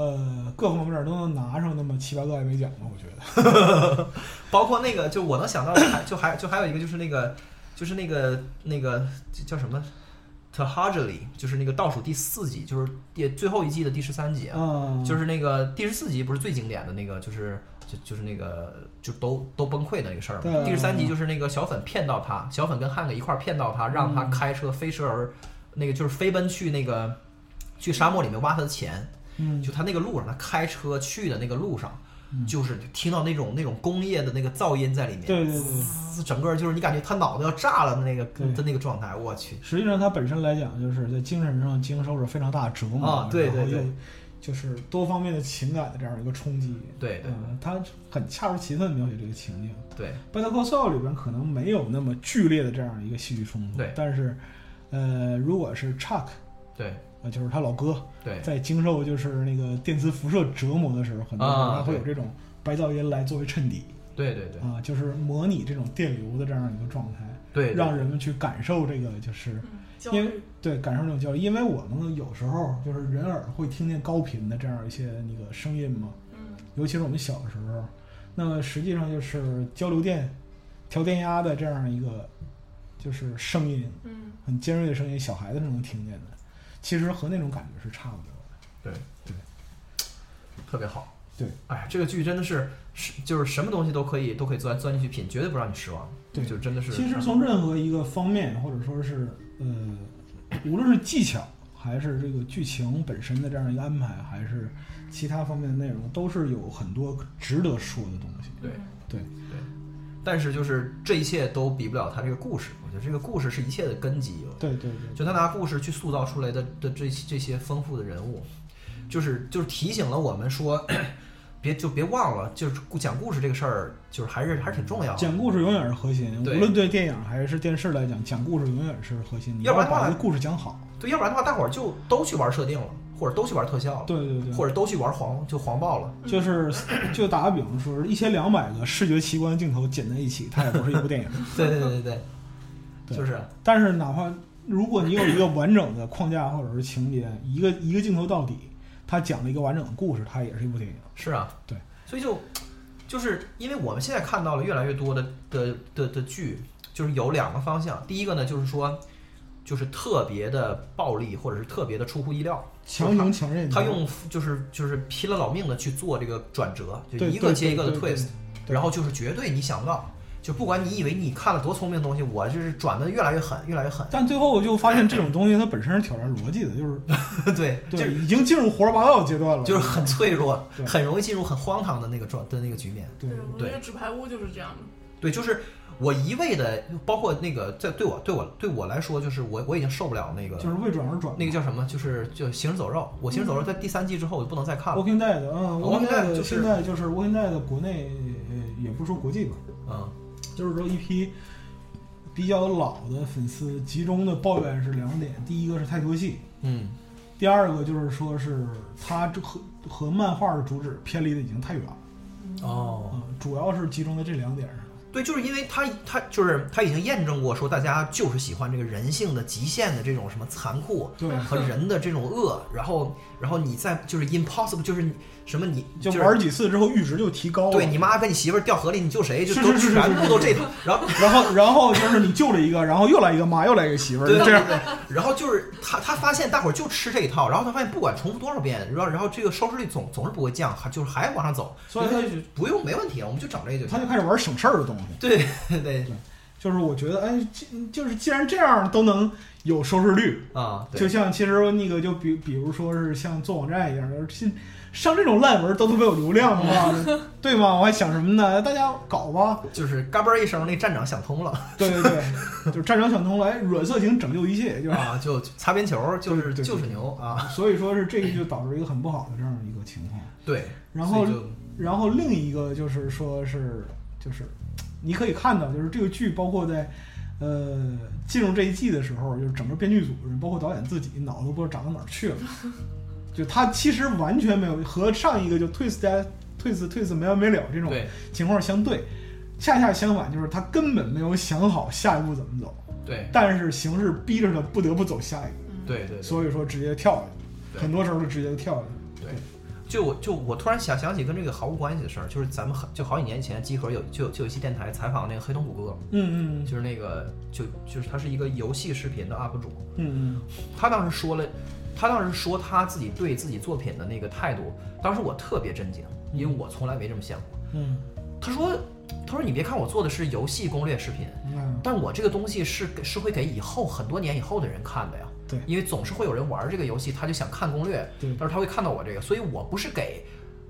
Speaker 3: 呃，各方面儿都能拿上那么七八个艾美奖吧，我觉得。
Speaker 2: 包括那个就我能想到的还 就还就还有一个就是那个就是那个那个叫什么 t a h a j l i 就是那个倒数第四集，就是第最后一季的第十三集啊，
Speaker 3: 嗯，
Speaker 2: 就是那个第十四集不是最经典的那个，就是就就是那个就都都崩溃的那个事儿嘛。
Speaker 3: 对
Speaker 2: 第十三集就是那个小粉骗到他，小粉跟汉克一块儿骗到他，让
Speaker 3: 嗯
Speaker 2: 他开车飞车而那个就是飞奔去那个去沙漠里面挖他的钱。
Speaker 3: 嗯，
Speaker 2: 就他那个路上，他开车去的那个路上，
Speaker 3: 嗯
Speaker 2: 就是听到那种那种工业的那个噪音在里面，
Speaker 3: 对对对。
Speaker 2: 滋整个就是你感觉他脑袋要炸了的那个
Speaker 3: 对
Speaker 2: 的那个状态，我去，
Speaker 3: 实际上，它本身来讲，就是在精神上经受着非常大的折磨
Speaker 2: 啊对对，
Speaker 3: 然
Speaker 2: 对
Speaker 3: 后又就是多方面的情感的这样一个冲击。
Speaker 2: 对对
Speaker 3: 嗯，它很恰如其分地描写这个情境。
Speaker 2: 对
Speaker 3: 《Better Call Saul》里边可能没有那么剧烈的这样一个戏剧冲突，
Speaker 2: 对
Speaker 3: 但是，呃，如果是 Chuck，
Speaker 2: 对
Speaker 3: 呃，就是他老哥，
Speaker 2: 对
Speaker 3: 在经受就是那个电磁辐射折磨的时候，很多时候
Speaker 2: 啊
Speaker 3: 他会有这种白噪音来作为衬底。
Speaker 2: 对对对
Speaker 3: 啊，就是模拟这种电流的这样一个状态，
Speaker 2: 对，
Speaker 3: 让人们去感受这个就是
Speaker 1: 嗯，焦
Speaker 3: 因为
Speaker 1: 虑
Speaker 3: 对感受这种焦虑，因为我们有时候就是人耳会听见高频的这样一些那个声音嘛，
Speaker 1: 嗯
Speaker 3: 尤其是我们小时候，那实际上就是交流电、调电压的这样一个就是声音，
Speaker 1: 嗯
Speaker 3: 很尖锐的声音，小孩子是能听见的，其实和那种感觉是差不多的。
Speaker 2: 对
Speaker 3: 对，
Speaker 2: 特别好。
Speaker 3: 对，
Speaker 2: 哎，这个剧真的是是就是什么东西都可以都可以钻钻进去品，绝对不让你失望。
Speaker 3: 对
Speaker 2: 就真的是。
Speaker 3: 其实从任何一个方面，或者说是呃，无论是技巧还是这个剧情本身的这样一个安排，还是其他方面的内容，都是有很多值得说的东西。
Speaker 2: 对，
Speaker 3: 对，
Speaker 2: 但是就是这一切都比不了他这个故事。我觉得这个故事是一切的根基。我
Speaker 3: 对对对，
Speaker 2: 就他拿故事去塑造出来的的这这些丰富的人物，就是就是提醒了我们说，别就别忘了，就是故讲故事这个事儿，就是还是还是挺重要的。
Speaker 3: 讲故事永远是核心，
Speaker 2: 啊对
Speaker 3: 无论对电影还是电视来讲，讲故事永远是核心。你
Speaker 2: 要不然的话
Speaker 3: 把这个故事讲好。
Speaker 2: 对，要不然的话，大伙儿就都去玩设定了，或者都去玩特效了，
Speaker 3: 对对对，
Speaker 2: 或者都去玩黄就黄暴 了。
Speaker 3: 就是就打个比方说，一千两百个视觉奇观镜头剪在一起，它也不是一部电影。
Speaker 2: 对对对对对，
Speaker 3: 对
Speaker 2: 就是啊
Speaker 3: 但是哪怕如果你有一个完整的框架或者是情节，一个一个镜头到底，它讲了一个完整的故事，它也是一部电影。
Speaker 2: 是啊，
Speaker 3: 对，
Speaker 2: 所以就就是因为我们现在看到了越来越多的的的的剧，就是有两个方向，第一个呢就是说。就是特别的暴力，或者是特别的出乎意料，
Speaker 3: 强行强韧，
Speaker 2: 他用就是就是拼了老命的去做这个转折，就
Speaker 3: 对
Speaker 2: 一个接一个的
Speaker 3: 对对对
Speaker 2: twist，
Speaker 3: 对
Speaker 2: 然后就是绝对你想不到，就不管你以为你看了多聪明的东西，我就是转的越来越狠，越来
Speaker 3: 。
Speaker 2: 越狠
Speaker 3: 但最后我就发现这种东西它本身是挑战逻辑的，就是
Speaker 2: 对，就
Speaker 3: 对，
Speaker 2: 是
Speaker 3: 已经进入胡说八道阶段了，
Speaker 2: 就是很脆弱，
Speaker 3: 对
Speaker 2: 很容易进入很荒唐的那个状的那个局面。
Speaker 3: 对
Speaker 1: 我
Speaker 2: 对
Speaker 1: 觉得纸牌屋就是这样的，
Speaker 2: 对，就是我一味的，包括那个在对我对我对我来说，就是我我已经受不了那个
Speaker 3: 就是嗯为转而转。
Speaker 2: 那个叫什么，就是就行尸走肉。我行尸走肉在第三季之后我就不能再看了。
Speaker 3: Walking Dead，嗯
Speaker 2: 啊 Walking Dead 就是
Speaker 3: 现在就是 Walking Dead 国内呃也不说国际吧，
Speaker 2: 嗯，
Speaker 3: 就是说一批比较老的粉丝集中的抱怨是两点，第一个是太多戏，
Speaker 2: 嗯，
Speaker 3: 第二个就是说是它这和和漫画的主旨偏离的已经太远了，
Speaker 2: 哦，
Speaker 3: 嗯，主要是集中在这两点上。
Speaker 2: 对，就是因为他他就是他已经验证过，说大家就是喜欢这个人性的极限的这种什么残酷
Speaker 3: 对，
Speaker 2: 和人的这种恶，然后然后你再就是 impossible，就是你什么你
Speaker 3: 就是玩几次之后阈值就提高了。
Speaker 2: 对你妈跟你媳妇儿掉河里，你救谁就是都
Speaker 3: 是是是
Speaker 2: 全部都
Speaker 3: 是
Speaker 2: 这套，然后
Speaker 3: 然后然后就是你救了一个，然后又来一个妈，又来一个媳妇儿，
Speaker 2: 对
Speaker 3: 就这样。
Speaker 2: 然后就是他，他发现大伙儿就吃这一套，然后他发现不管重复多少遍，然后然后这个收视率总总是不会降，还就是还往上走，
Speaker 3: 所以
Speaker 2: 他
Speaker 3: 他
Speaker 2: 就不用没问题，我们就整这个就
Speaker 3: 他
Speaker 2: 行。
Speaker 3: 就开始玩省事儿的东西。
Speaker 2: 对 对
Speaker 3: 就是我觉得，哎，既就是既然这样都能有收视率，
Speaker 2: 啊，
Speaker 3: 就
Speaker 2: 对
Speaker 3: 像其实那个就比比如说是像做网站一样，就是上这种烂文都能有流量的话， 对吗？我还想什么呢？大家搞吧。
Speaker 2: 就是嘎嘣儿一声，那站长想通了
Speaker 3: 对对 对，就是战场想通来，软色情拯救一切，就是。
Speaker 2: 啊，就擦边球，就是
Speaker 3: 对对
Speaker 2: 就是牛啊，
Speaker 3: 所以说是这个就导致一个很不好的这样一个情况。
Speaker 2: 对，
Speaker 3: 然后
Speaker 2: 所以，就
Speaker 3: 然后另一个就是说是就是，你可以看到，就是这个剧包括在呃进入这一季的时候，就是整个编剧组人，包括导演自己脑子都不知道长到哪儿去了。 就他其实完全没有和上一个就 twist 加 twist twist 没完没了这种
Speaker 2: 对
Speaker 3: 情况相对，恰恰相反，就是他根本没有想好下一步怎么走。
Speaker 2: 对
Speaker 3: 但是形势逼着他不得不走下一
Speaker 1: 嗯，
Speaker 2: 对对
Speaker 3: 步，
Speaker 2: 对
Speaker 3: 所以说直接跳下去，
Speaker 2: 对
Speaker 3: 很多时候就直接跳下去。
Speaker 2: 对。就我就我突然想想起跟这个毫无关系的事儿，就是咱们很就好几年前，集合有就有就有一期电台采访那个黑瞳谷歌，
Speaker 3: 嗯嗯
Speaker 2: 就是那个就就是他是一个游戏视频的 UP 主，
Speaker 3: 嗯
Speaker 2: 他当时说了，他当时说他自己对自己作品的那个态度，当时我特别震惊，因为我从来没这么想过。
Speaker 3: 嗯嗯
Speaker 2: 他说，他说你别看我做的是游戏攻略视频，
Speaker 3: 嗯，
Speaker 2: 但我这个东西是是会给以后很多年以后的人看的呀。
Speaker 3: 对
Speaker 2: 因为总是会有人玩这个游戏，他就想看攻略，
Speaker 3: 对
Speaker 2: 但是他会看到我这个，所以我不是给。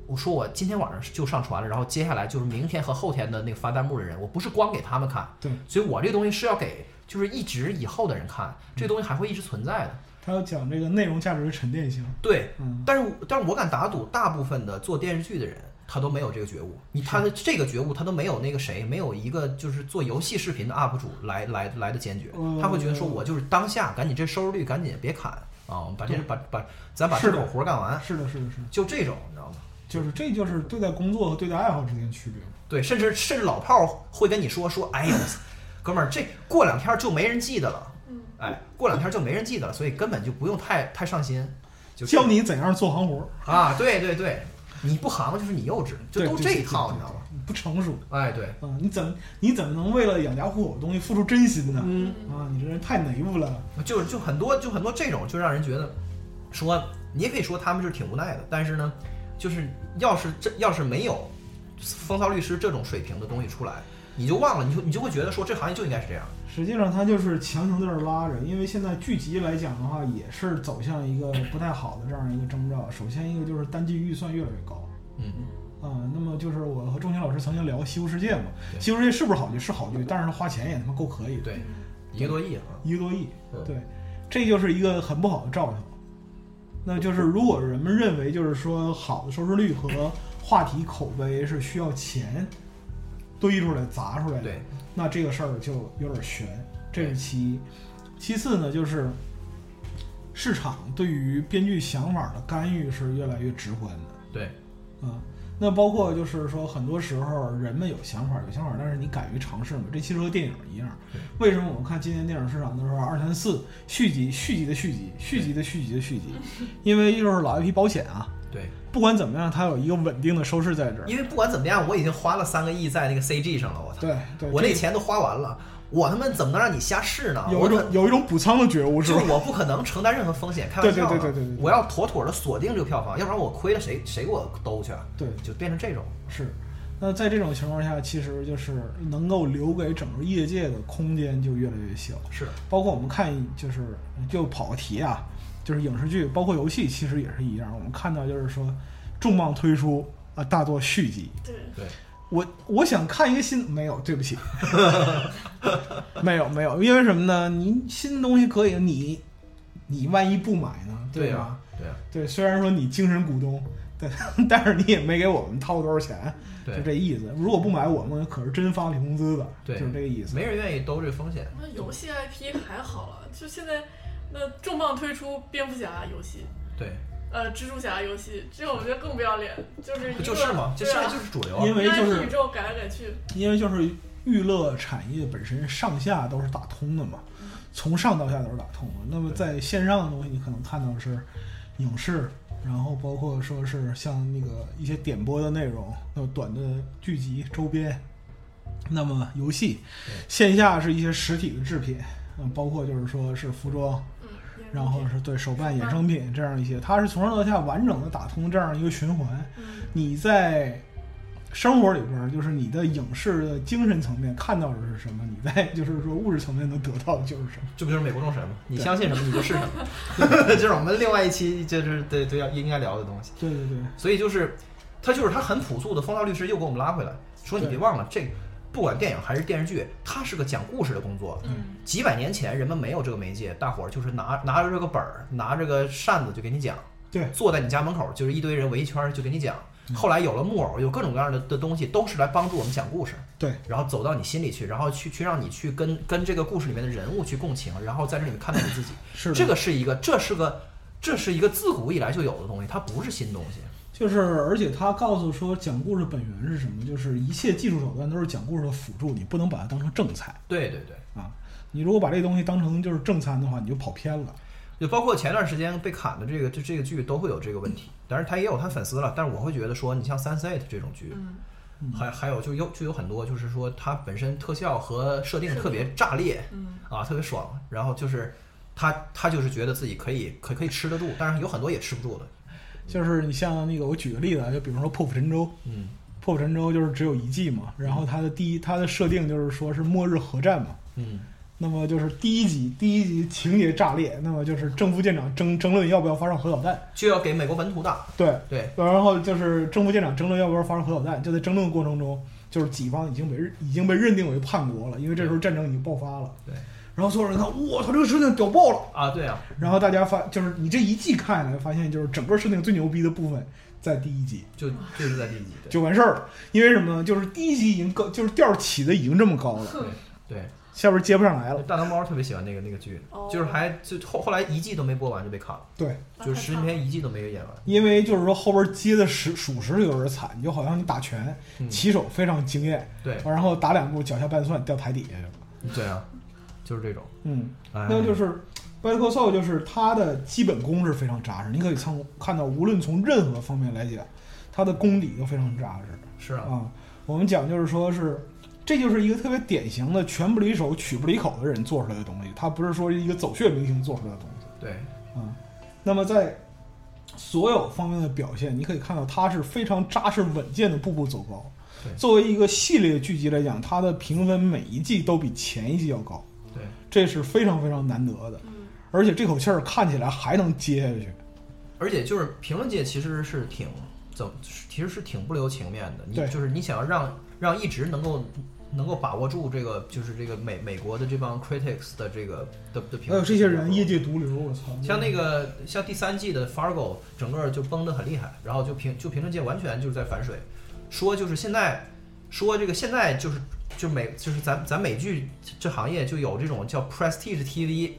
Speaker 2: 我说我今天晚上就上传了，然后接下来就是明天和后天的那个发弹幕的人，我不是光给他们看，
Speaker 3: 对
Speaker 2: 所以我这个东西是要给就是一直以后的人看，这个东西还会一直存在的。
Speaker 3: 他要讲这个内容价值的沉淀性。
Speaker 2: 对，
Speaker 3: 嗯
Speaker 2: 但是但是我敢打赌，大部分的做电视剧的人，他都没有这个觉悟。你他的这个觉悟，他都没有那个谁，没有一个就是做游戏视频的 UP 主来来来的坚决。
Speaker 3: 嗯
Speaker 2: 他会觉得说，我就是当下赶紧这收视率赶紧别砍啊，我们把这把把咱把
Speaker 3: 是
Speaker 2: 这
Speaker 3: 的
Speaker 2: 种活儿干完，
Speaker 3: 啊是的，是的，是的。
Speaker 2: 就这种你知道吗？
Speaker 3: 就是这就是对待工作和对待爱好之间的区别。
Speaker 2: 对，甚至甚至老炮儿会跟你说说，哎呀，哥们儿，这过两天就没人记得了，
Speaker 1: 嗯，
Speaker 2: 哎，过两天就没人记得了，所以根本就不用太太上心，就
Speaker 3: 教你怎样做行活儿，
Speaker 2: 啊，对对对，你不行就是你幼稚，就
Speaker 3: 对
Speaker 2: 都
Speaker 3: 对
Speaker 2: 这
Speaker 3: 对
Speaker 2: 一套，
Speaker 3: 对
Speaker 2: 你知道吗？
Speaker 3: 不成熟
Speaker 2: 哎，对，
Speaker 3: 啊！你怎么你怎么能为了养家糊口的东西付出真心呢？
Speaker 2: 嗯，
Speaker 3: 啊，你这人太内部了。
Speaker 2: 就就很多就很多这种，就让人觉得说，你也可以说他们是挺无奈的，但是呢，就是要是这要是没有风骚律师这种水平的东西出来，你就忘了，你就你就会觉得说这行业就应该是这样，
Speaker 3: 实际上，他就是强行在这儿拉着，因为现在剧集来讲的话，也是走向一个不太好的这样一个征兆。首先一个就是单季预算越来越高，
Speaker 2: 嗯，
Speaker 3: 啊、那么就是我和钟情老师曾经聊《西部世界》嘛，
Speaker 2: 对
Speaker 3: 《西部世界》是不是好剧？是好剧，但是它花钱也他妈够可以的，
Speaker 2: 对，一个多亿啊，
Speaker 3: 一个多亿
Speaker 2: 嗯，
Speaker 3: 对，这就是一个很不好的兆头。那就是如果人们认为就是说好的收视率和话题口碑是需要钱堆出来砸出来的，
Speaker 2: 对，
Speaker 3: 那这个事儿就有点悬，这是其一。其次呢，就是市场对于编剧想法的干预是越来越直观的
Speaker 2: 对，
Speaker 3: 啊、那包括就是说，很多时候人们有想法，有想法，但是你敢于尝试嘛？这其实和电影一样。为什么我们看今年电影市场的时候，二三四续集、续集的续集、续集的续集的续集？因为就是老 IP 保险啊，
Speaker 2: 对，
Speaker 3: 不管怎么样，它有一个稳定的收视在这儿。
Speaker 2: 因为不管怎么样，我已经花了三个亿在那个 CG 上了，我操，
Speaker 3: 对对，
Speaker 2: 我
Speaker 3: 这
Speaker 2: 那钱都花完了，我他妈怎么能让你瞎试呢？
Speaker 3: 有
Speaker 2: 我
Speaker 3: 一种
Speaker 2: 可
Speaker 3: 有一种补仓的觉悟，是
Speaker 2: 就
Speaker 3: 吧？
Speaker 2: 是我不可能承担任何风险，开玩笑的，啊
Speaker 3: 对对对对对对
Speaker 2: 我要妥妥的锁定这个票房，要不然我亏了谁谁给我兜去啊？
Speaker 3: 对，
Speaker 2: 就变成这种，
Speaker 3: 是，那在这种情况下，其实就是能够留给整个业界的空间就越来越小。
Speaker 2: 是的，
Speaker 3: 包括我们看，就是就跑个题啊，就是影视剧，包括游戏，其实也是一样。我们看到就是说，重磅推出啊，大作续集。
Speaker 1: 对，
Speaker 2: 对，
Speaker 3: 我我想看一个新，没有，对不起， 没有没有，因为什么呢？你新东西可以，你你万一不买呢，
Speaker 2: 对
Speaker 3: 吧？
Speaker 2: 啊，对啊，
Speaker 3: 对，虽然说你精神股东，但 但是你也没给我们掏多少钱，
Speaker 2: 对
Speaker 3: 就这意思。如果不买，我们可是真发你工资的，
Speaker 2: 对
Speaker 3: 就是这个意思。
Speaker 2: 没人愿意兜这风险，
Speaker 1: 那游戏 IP 还好了，就现在那重磅推出蝙蝠侠游戏，
Speaker 2: 对，
Speaker 1: 呃，蜘蛛侠游戏，这个我觉得更不要脸，就是一
Speaker 2: 不
Speaker 1: 个
Speaker 2: 就是嘛，这
Speaker 1: 对
Speaker 2: 现在
Speaker 1: 啊
Speaker 2: 就是主流
Speaker 3: 因
Speaker 2: 啊，
Speaker 3: 为就
Speaker 1: VIP 宇
Speaker 3: 是
Speaker 1: 宙改来改去，
Speaker 3: 因为就是娱乐产业本身上下都是打通的嘛，
Speaker 2: 嗯
Speaker 3: 从上到下都是打通的。那么在线上的东西，你可能看到的是影视，然后包括说是像那个一些点播的内容，那么短的剧集周边，那么游戏，线下是一些实体的制品，嗯，包括就是说是服装。
Speaker 1: 嗯，
Speaker 3: 然后是对手办、衍生品这样一些，它是从上到下完整的打通这样一个循环。
Speaker 1: 嗯，
Speaker 3: 你在生活里边儿，就是你的影视的精神层面看到的是什么，你在就是说物质层面能得到的就是什么。
Speaker 2: 这不就是美国众神吗？你相信什么你就是什么， 这是我们另外一期就是对对要应该聊的东西。
Speaker 3: 对对对，
Speaker 2: 所以就是，他就是他很朴素的风骚律师又给我们拉回来，说你
Speaker 3: 对
Speaker 2: 别忘了，这不管电影还是电视剧，它是个讲故事的工作。
Speaker 1: 嗯
Speaker 2: 几百年前人们没有这个媒介，大伙儿就是拿拿着这个本儿，拿着个扇子就给你讲，
Speaker 3: 对
Speaker 2: 坐在你家门口就是一堆人围一圈儿就给你讲。
Speaker 3: 嗯
Speaker 2: 后来有了木偶，有各种各样的的东西，都是来帮助我们讲故事。
Speaker 3: 对，
Speaker 2: 然后走到你心里去，然后去去让你去跟跟这个故事里面的人物去共情，然后在这里面看到你自己。
Speaker 3: 是的，
Speaker 2: 这个是一个，这是个，这是一个自古以来就有的东西，它不是新东西。
Speaker 3: 就是，而且他告诉说讲故事本源是什么，就是一切技术手段都是讲故事的辅助，你不能把它当成正餐
Speaker 2: 对对对。
Speaker 3: 啊。你如果把这东西当成就是正餐的话，你就跑偏了。
Speaker 2: 就包括前段时间被砍的这个，就这个剧都会有这个问题。当然，他也有他粉丝了，但是我会觉得说，你像《三 C》这种剧，
Speaker 1: 嗯，
Speaker 2: 还还有就有就有很多，就是说它本身特效和设定特别炸裂，
Speaker 1: 嗯
Speaker 2: 啊，特别爽。然后就是他他就是觉得自己可以可可以吃得住，但是有很多也吃不住的。
Speaker 3: 就是你像那个，我举个例子啊，就比如说《破釜沉舟》，
Speaker 2: 嗯
Speaker 3: 《破釜沉舟》就是只有一季嘛，然后它的第一，它的设定就是说是末日核战嘛。
Speaker 2: 嗯，
Speaker 3: 那么就是第一集，第一集情节炸裂，那么就是正副舰长争争论要不要发射核导弹，
Speaker 2: 就要给美国本土打。
Speaker 3: 对，
Speaker 2: 对
Speaker 3: 然后就是正副舰长争论要不要发射核导弹，就在争论的过程中，就是己方已经被认已经被认定为叛国了，因为这时候战争已经爆发了。
Speaker 2: 对
Speaker 3: 然后所有人看，我操，这个设定屌爆了！
Speaker 2: 啊，对啊，
Speaker 3: 然后大家发，就是你这一季看下来，发现就是整个设定最牛逼的部分在第一集。
Speaker 2: 就就是在第一集。对
Speaker 3: 就完事儿了。因为什么呢？就是第一集已经够，就是调儿起的已经这么高了，
Speaker 2: 对
Speaker 3: 下边接不上来了。
Speaker 2: 大头猫特别喜欢那个那个剧，
Speaker 1: 哦
Speaker 2: 就是还就后后来一季都没播完就被砍了，
Speaker 3: 对，
Speaker 2: 就是十几天一季都没有演完。
Speaker 3: 因为就是说后边接的实属实有点惨，就好像你打拳，
Speaker 2: 嗯
Speaker 3: 起手非常惊艳，
Speaker 2: 对
Speaker 3: 然后打两步脚下拌蒜掉台底下去了。
Speaker 2: 对啊，就是这种。
Speaker 3: 嗯，
Speaker 2: 哎
Speaker 3: 那就是《b a t t l e Soul》，就是它的基本功是非常扎实，你可以从看到，无论从任何方面来讲，它的功底都非常扎实
Speaker 2: 是啊，
Speaker 3: 啊。我们讲就是说是，这就是一个特别典型的拳不离手、曲不离口的人做出来的东西，它不是说一个走穴明星做出来的东西。
Speaker 2: 对，
Speaker 3: 啊。那么在所有方面的表现，你可以看到它是非常扎实稳健的步步走高
Speaker 2: 对。
Speaker 3: 作为一个系列剧集来讲，它的评分每一季都比前一季要高，
Speaker 2: 对，
Speaker 3: 这是非常非常难得的。
Speaker 1: 嗯，
Speaker 3: 而且这口气儿看起来还能接下去。
Speaker 2: 而且就是评论界其实是挺怎么，其实是挺不留情面的。你
Speaker 3: 对
Speaker 2: 就是你想要让让一直能够能够把握住这个，就是这个美美国的这帮 critics 的这个的的评论，
Speaker 3: 还有呃这些人业界毒瘤，我操！
Speaker 2: 像那个像第三季的 Fargo，整个就崩得很厉害，然后就评就评论界完全就是在反水，说就是现在说这个现在就是就美就是咱咱美剧这行业就有这种叫 prestige TV，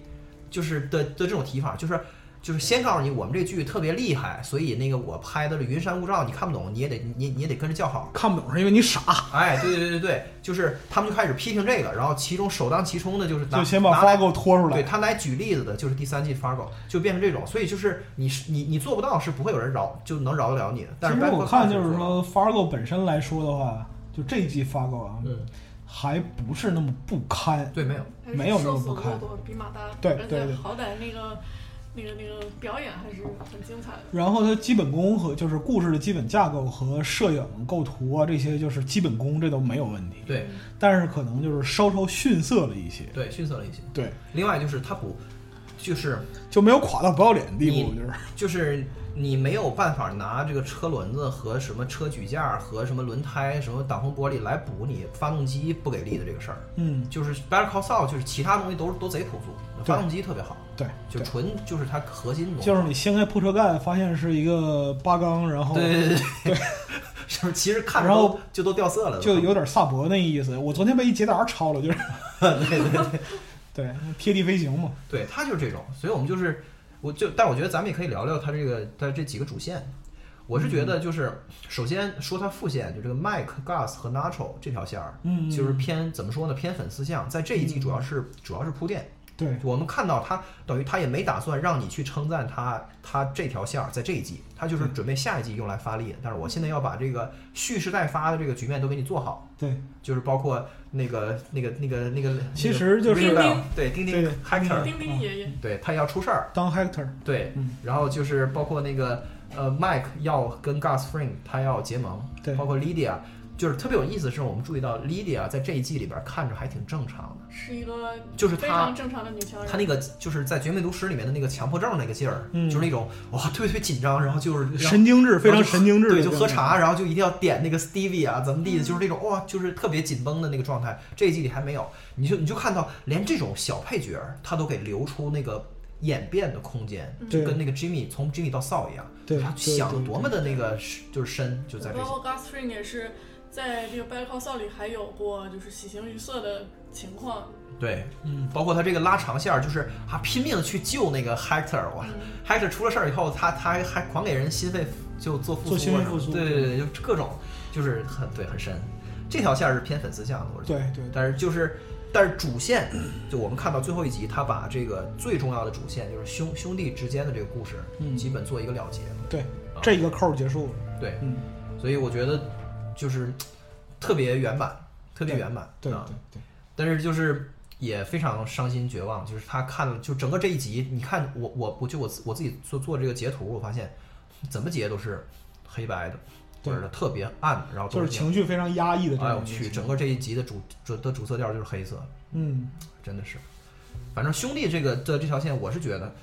Speaker 2: 就是的的这种提法，就是就是先告诉你我们这剧特别厉害，所以那个我拍的云山雾罩你看不懂，你也得你你也得跟着叫好。
Speaker 3: 看不懂是因为你傻，
Speaker 2: 哎，对对对对对，就是他们就开始批评这个，然后其中首当其冲的就是拿
Speaker 3: 就先把
Speaker 2: 拿
Speaker 3: Fargo 拖出
Speaker 2: 对
Speaker 3: 来。
Speaker 2: 他来举例子的就是第三季 Fargo 就变成这种，所以就是你是你你做不到是不会有人饶就能饶得了你的。但
Speaker 3: 其
Speaker 2: 是
Speaker 3: 实我
Speaker 2: Bangkok
Speaker 3: 看
Speaker 2: Files
Speaker 3: 就是
Speaker 2: 做到了，
Speaker 3: 说，Fargo 本身来说的话，就这一季 Fargo 啊，
Speaker 2: 嗯，
Speaker 3: 还不是那么不堪。
Speaker 2: 对，没有，
Speaker 1: 还是
Speaker 3: 没有那
Speaker 1: 瘦
Speaker 3: 么
Speaker 1: 死
Speaker 3: 不
Speaker 1: 骆
Speaker 3: 堪
Speaker 1: 驼比马大，
Speaker 3: 对
Speaker 1: 而
Speaker 3: 对
Speaker 1: 且
Speaker 3: 对
Speaker 1: 好歹那个那个那个表演还是很精彩的。
Speaker 3: 然后它基本功和就是故事的基本架构和摄影、构图啊这些就是基本功，这都没有问题。
Speaker 2: 对
Speaker 3: 但是可能就是稍稍逊色了一些，
Speaker 2: 对，逊色了一些。
Speaker 3: 对，
Speaker 2: 另外就是他不，就是
Speaker 3: 就没有垮到不要脸的地步，
Speaker 2: 你
Speaker 3: 就是
Speaker 2: 就是你没有办法拿这个车轮子和什么车举架和什么轮胎什么挡风玻璃来补你发动机不给力的这个事儿。
Speaker 3: 嗯，
Speaker 2: 就是 Better Call Saul 就是其他东西都都贼朴素，发动机特别好，
Speaker 3: 对，
Speaker 2: 就
Speaker 3: 对
Speaker 2: 纯就是它核心东西。
Speaker 3: 就是你掀开铺车盖，发现是一个八缸，然后
Speaker 2: 对对对 对，哦是不是？其实看着
Speaker 3: 然后
Speaker 2: 都就都掉啊色了，
Speaker 3: 就有点萨博那意思。我昨天被一捷达超了，就是
Speaker 2: 对对对
Speaker 3: 对贴地飞行嘛，
Speaker 2: 对，他就是这种，所以我们就是，我就，但我觉得咱们也可以聊聊他这个他这几个主线。我是觉
Speaker 3: 嗯
Speaker 2: 得就是，首先说他副线，就这个 Mike、Gus 和 Nacho 这条线儿，
Speaker 3: 嗯，
Speaker 2: 就是偏怎么说呢，偏粉丝向，在这一季主要是主要是铺垫。
Speaker 3: 对
Speaker 2: 我们看到他等于他也没打算让你去称赞他，他这条线儿在这一季，他就是
Speaker 3: 嗯
Speaker 2: 准备下一季用来发力。但是我现在要把这个蓄势待发的这个局面都给你做好，
Speaker 3: 对，
Speaker 2: 就是包括那个那个那个那个，
Speaker 3: 其实就是
Speaker 1: 丁丁
Speaker 2: 对钉
Speaker 3: 对
Speaker 2: 钉 Hector，
Speaker 1: 丁丁爷爷，
Speaker 2: 对他要出事儿，
Speaker 3: 当 Hector，
Speaker 2: 对
Speaker 3: 嗯，
Speaker 2: 然后就是包括那个呃 Mike 要跟 Gus Fring 他要结盟，
Speaker 3: 对
Speaker 2: 包括 Lydia，就是特别有意思的是，我们注意到 Lydia 在这一季里边看着还挺正常的，
Speaker 1: 是一个
Speaker 2: 就是
Speaker 1: 非
Speaker 2: 他
Speaker 1: 常正常的女强人。
Speaker 2: 他那个就是在《绝命毒师》里面的那个强迫症那个劲儿，
Speaker 3: 嗯
Speaker 2: 就是那种哇特别特别紧张，然后就是
Speaker 3: 神经质，非常神经质，
Speaker 2: 对，就喝，茶，
Speaker 3: 啊
Speaker 2: 然后就一定要点那个 stevia 啊，怎么地
Speaker 3: 嗯
Speaker 2: 的，就是那种哇，就是特别紧绷的那个状态。这一季里还没有，你就你就看到连这种小配角儿，他都给留出那个演变的空间，
Speaker 1: 嗯
Speaker 2: 就
Speaker 3: 对
Speaker 2: 跟那个 Jimmy 从 Jimmy 到 Saul 一样，
Speaker 3: 对
Speaker 2: 他
Speaker 3: 对
Speaker 2: 想的
Speaker 3: 对
Speaker 2: 多么的那个是就是深，就在这
Speaker 1: 包
Speaker 2: 些。
Speaker 1: 括 Gus Fring 也是在这个《Better Call Saul》里还有过就是喜形于色的情况。
Speaker 2: 对，
Speaker 3: 嗯，
Speaker 2: 包括他这个拉长线儿，就是啊拼命的去救那个 Hector，哇、h
Speaker 1: 嗯
Speaker 2: e c t o r 出了事儿以后，他他还还狂给人心肺就做复苏
Speaker 3: 做
Speaker 2: 啊
Speaker 3: 心
Speaker 2: 什
Speaker 3: 肺
Speaker 2: 么，
Speaker 3: 复苏嗯
Speaker 2: 对对对，就各种就是很对很深。这条线儿是偏粉丝向的，我是觉得。
Speaker 3: 对对对，
Speaker 2: 但是就是，但是主线，就我们看到最后一集，他把这个最重要的主线，就是兄兄弟之间的这个故事，
Speaker 3: 嗯
Speaker 2: 基本做一个了结。
Speaker 3: 对这一个扣儿结束了，
Speaker 2: 对，
Speaker 3: 嗯，
Speaker 2: 所以我觉得就是特别圆满，特别圆满。
Speaker 3: 对对
Speaker 2: 啊，
Speaker 3: 对，
Speaker 2: 但是就是也非常伤心绝望，就是他看了就整个这一集，你看我我我就我自我自己做做这个截图，我发现怎么截都是黑白的，
Speaker 3: 对
Speaker 2: 或者特别暗，然后都
Speaker 3: 就
Speaker 2: 那
Speaker 3: 是
Speaker 2: 种
Speaker 3: 情绪非常压抑的这
Speaker 2: 哎
Speaker 3: 种
Speaker 2: 我
Speaker 3: 东西，
Speaker 2: 去，整个这一集的主主的主色调就是黑色。
Speaker 3: 嗯，
Speaker 2: 真的是，反正兄弟这个这这条线，我是觉得，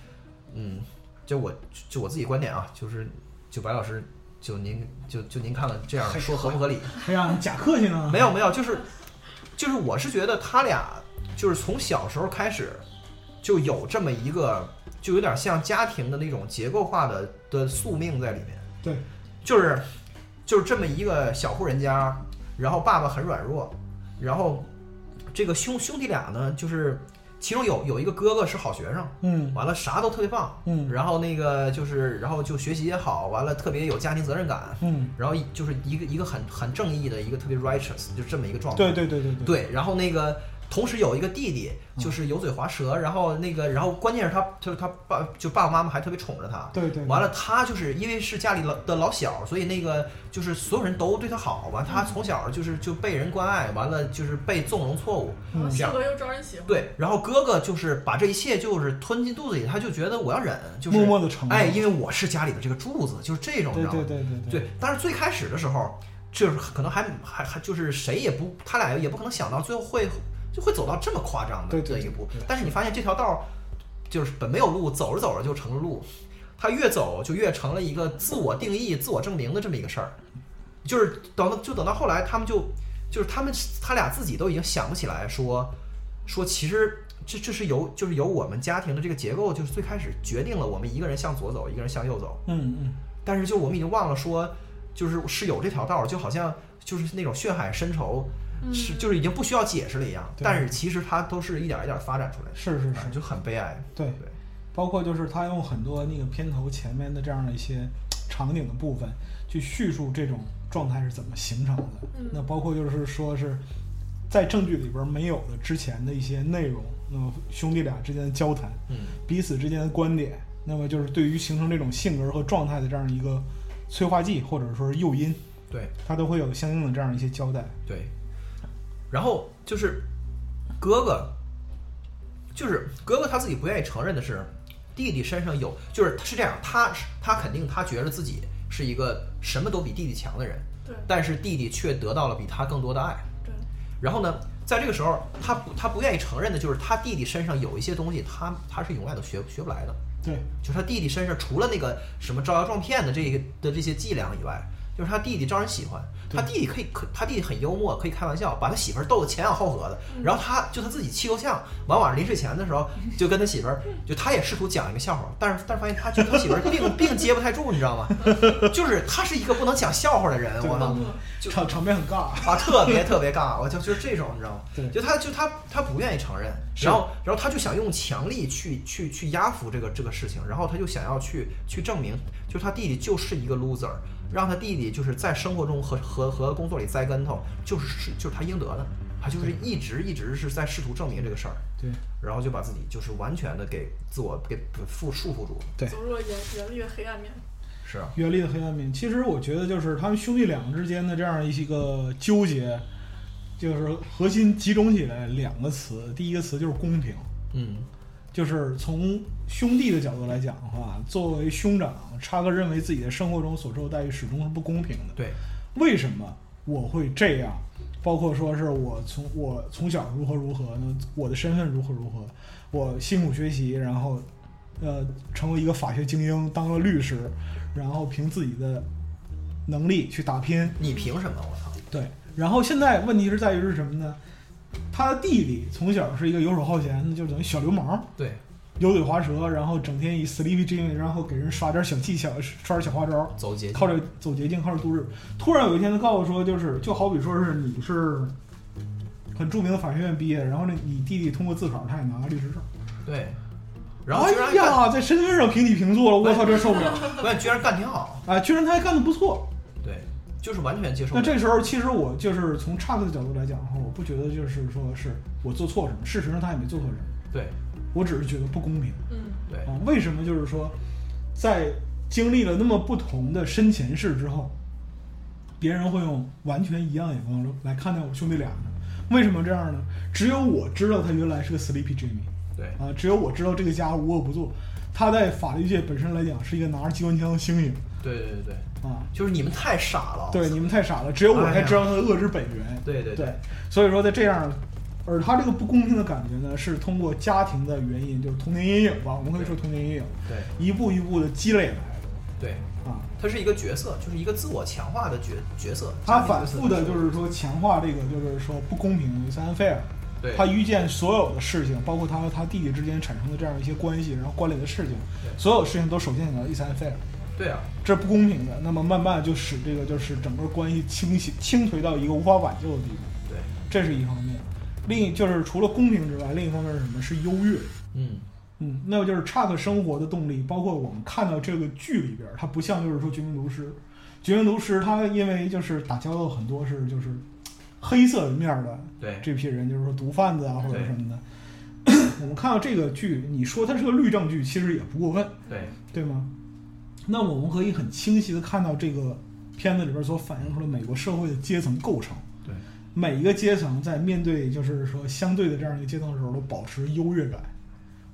Speaker 2: 嗯，就我就我自己观点啊，就是就白老师，就您就就您看看这样
Speaker 3: 嘿
Speaker 2: 说合不合理？
Speaker 3: 哎呀，假客气呢，
Speaker 2: 没有没有，就是就是我是觉得他俩就是从小时候开始就有这么一个，就有点像家庭的那种结构化的的宿命在里面，
Speaker 3: 对，
Speaker 2: 就是就是这么一个小户人家，然后爸爸很软弱，然后这个兄兄弟俩呢，就是其中有有一个哥哥是好学生，
Speaker 3: 嗯
Speaker 2: 完了啥都特别棒，
Speaker 3: 嗯
Speaker 2: 然后那个就是然后就学习也好，完了特别有家庭责任感，
Speaker 3: 嗯，
Speaker 2: 然后一就是一个一个很很正义的一个特别 righteous，就这么一个状态。
Speaker 3: 对对对对对，
Speaker 2: 对，然后那个同时有一个弟弟，就是油嘴滑
Speaker 3: 嗯
Speaker 2: 舌，然后那个，然后关键是他就是他爸就爸爸妈妈还特别宠着他。
Speaker 3: 对对，
Speaker 2: 完了，他就是因为是家里老的老小，所以那个就是所有人都对他好。
Speaker 3: 嗯
Speaker 2: 完，他从小就是就被人关爱，完了就是被纵容错误。
Speaker 3: 嗯
Speaker 1: 然后
Speaker 2: 这
Speaker 1: 性
Speaker 2: 样
Speaker 1: 格又招人喜欢，
Speaker 2: 对，然后哥哥就是把这一切就是吞进肚子里，他就觉得我要忍，就是
Speaker 3: 默默的承认，
Speaker 2: 哎，因为我是家里的这个柱子，就是这种，你
Speaker 3: 对
Speaker 2: 知道吗
Speaker 3: 对？对对
Speaker 2: 对，但是最开始的时候，就是可能还还还就是谁也不，他俩也不可能想到最后会就会走到这么夸张的
Speaker 3: 对对
Speaker 2: 这一步
Speaker 3: 对对。
Speaker 2: 但是你发现这条道儿就是本没有路，走着走着就成了路，他越走就越成了一个自我定义、自我证明的这么一个事儿。就是等到就等到后来，他们就就是他们他俩自己都已经想不起来说说其实。这这是由就是由我们家庭的这个结构，就是最开始决定了我们一个人向左走，一个人向右走。
Speaker 3: 嗯嗯，
Speaker 2: 但是就我们已经忘了说，就是是有这条道儿，就好像就是那种血海深仇，
Speaker 1: 嗯
Speaker 2: 是就是已经不需要解释了一样。
Speaker 3: 对
Speaker 2: 但是其实它都是一点儿一点儿发展出来的，
Speaker 3: 是是是
Speaker 2: 啊，就很悲哀。
Speaker 3: 对，
Speaker 2: 对，
Speaker 3: 包括就是他用很多那个片头前面的这样的一些场景的部分，去叙述这种状态是怎么形成的。
Speaker 1: 嗯
Speaker 3: 那包括就是说是在证据里边没有的之前的一些内容，那么兄弟俩之间的交谈，
Speaker 2: 嗯，
Speaker 3: 彼此之间的观点，那么就是对于形成这种性格和状态的这样一个催化剂或者说是诱因，
Speaker 2: 对
Speaker 3: 它都会有相应的这样一些交代。
Speaker 2: 对。然后就是哥哥，就是哥哥他自己不愿意承认的是，弟弟身上有，就是是这样，他他肯定他觉得自己是一个什么都比弟弟强的人，
Speaker 1: 对
Speaker 2: 但是弟弟却得到了比他更多的爱。
Speaker 1: 对，
Speaker 2: 然后呢，在这个时候，他不他不愿意承认的就是他弟弟身上有一些东西，他他是永远都学学不来的。
Speaker 3: 对，
Speaker 2: 就是他弟弟身上除了那个什么招摇撞骗的这个的这些伎俩以外，就是他弟弟招人喜欢。他弟弟可以可他弟弟很幽默，可以开玩笑，把他媳妇儿逗得前仰后合的。然后他就他自己气够呛，往往上临睡前的时候就跟他媳妇儿，就他也试图讲一个笑话，但是但是发现他就他媳妇儿并并接不太住，你知道吗？就是他是一个不能讲笑话的人，我操。就
Speaker 3: 场场面很尬。
Speaker 2: 啊，特别特别尬，我就就是这种，你知道吗？
Speaker 3: 对
Speaker 2: 就他就他他不愿意承认，
Speaker 3: 是
Speaker 2: 然后然后他就想用强力去去去压服这个这个事情，然后他就想要去去证明，就是他弟弟就是一个 loser，让他弟弟就是在生活中和和和工作里栽跟头，就是是就是他应得的，他就是一直一直是在试图证明这个事儿，
Speaker 3: 对
Speaker 2: 然后就把自己就是完全的给自我给缚束缚住了，
Speaker 3: 对，
Speaker 1: 走入了人人类的黑暗面，
Speaker 2: 是啊，
Speaker 3: 原力的黑暗面。其实我觉得就是他们兄弟俩之间的这样一个纠结，就是核心集中起来两个词，第一个词就是公平。
Speaker 2: 嗯，
Speaker 3: 就是从兄弟的角度来讲的话，作为兄长，叉哥认为自己的生活中所受的待遇始终是不公平的。
Speaker 2: 对，
Speaker 3: 为什么我会这样？包括说是我从我从小如何如何呢？我的身份如何如何？我辛苦学习，然后呃成为一个法学精英，当了律师，然后凭自己的能力去打拼。
Speaker 2: 你凭什么？我操，
Speaker 3: 对，然后现在问题是在于是什么呢？他的弟弟从小是一个游手好闲的，就等于小流氓。
Speaker 2: 对，
Speaker 3: 油嘴滑舌，然后整天以 sleepy Jimmy，然后给人耍点小技巧，耍点小花招，
Speaker 2: 走捷径，
Speaker 3: 靠着走捷径，靠着度日。突然有一天，他告诉我说，就是就好比说是你是很著名的法学院毕业，然后呢，你弟弟通过自考，他也拿了律师证。
Speaker 2: 对，然后居然
Speaker 3: 哎
Speaker 2: 还干，
Speaker 3: 呀，在身份上平起平坐了，我操，这受不 了！
Speaker 2: 关键居然干挺好。
Speaker 3: 啊，居然他还干得不错，
Speaker 2: 对，就是完全接受不
Speaker 3: 那
Speaker 2: 了。
Speaker 3: 这时候，其实我就是从岔子的角度来讲的话，我不觉得就是说是我做错什么，事实上他也没做错什么，
Speaker 2: 对
Speaker 3: 我只是觉得不公平
Speaker 1: 嗯，
Speaker 2: 对
Speaker 3: 啊。为什么就是说，在经历了那么不同的身前事之后，别人会用完全一样的眼光来看待我兄弟俩呢？为什么这样呢？只有我知道他原来是个 sleepy Jimmy
Speaker 2: 对
Speaker 3: 啊，只有我知道这个家无恶不作。他在法律界本身来讲是一个拿着机关枪的猩猩
Speaker 2: 对对对对，
Speaker 3: 啊，
Speaker 2: 就是你们太傻了。
Speaker 3: 对，你们太傻了，只有我才知道它的恶之本源。
Speaker 2: 对哎对
Speaker 3: 对，所以说在这样，而他这个不公平的感觉呢，是通过家庭的原因，就是童年阴影吧，我们可以说童年阴影，
Speaker 2: 对
Speaker 3: 一步一步的积累来
Speaker 2: 对，
Speaker 3: 的啊。
Speaker 2: 他是一个角色，就是一个自我强化的角角色。家
Speaker 3: 他
Speaker 2: 庭
Speaker 3: 反
Speaker 2: 角色
Speaker 3: 复的就是说强化这个，就是说不公平，it's unfair。
Speaker 2: 对
Speaker 3: 他遇见所有的事情，包括他和他弟弟之间产生的这样一些关系，然后关联的事情，
Speaker 2: 对
Speaker 3: 所有事情都首先想到 it's unfair，
Speaker 2: 对啊，
Speaker 3: 这是不公平的。那么慢慢就使这个就是整个关系倾斜倾颓到一个无法挽救的地步。
Speaker 2: 对
Speaker 3: 这是一方面。另一就是除了公平之外，另一方面是什么？是优越。
Speaker 2: 嗯
Speaker 3: 嗯，那就是查克生活的动力，包括我们看到这个剧里边儿，它不像就是说《绝命毒师》，《绝命毒师》它因为就是打交道很多是就是黑色面儿的
Speaker 2: 对，
Speaker 3: 这批人，就是说毒贩子啊或者
Speaker 2: 对
Speaker 3: 什么的。 我们看到这个剧，你说它是个律政剧，其实也不过分，
Speaker 2: 对，
Speaker 3: 对吗？那我们可以很清晰的看到这个片子里边所反映出的美国社会的阶层构成。
Speaker 2: 对，
Speaker 3: 每一个阶层在面对就是说相对的这样一个阶层的时候，都保持优越感，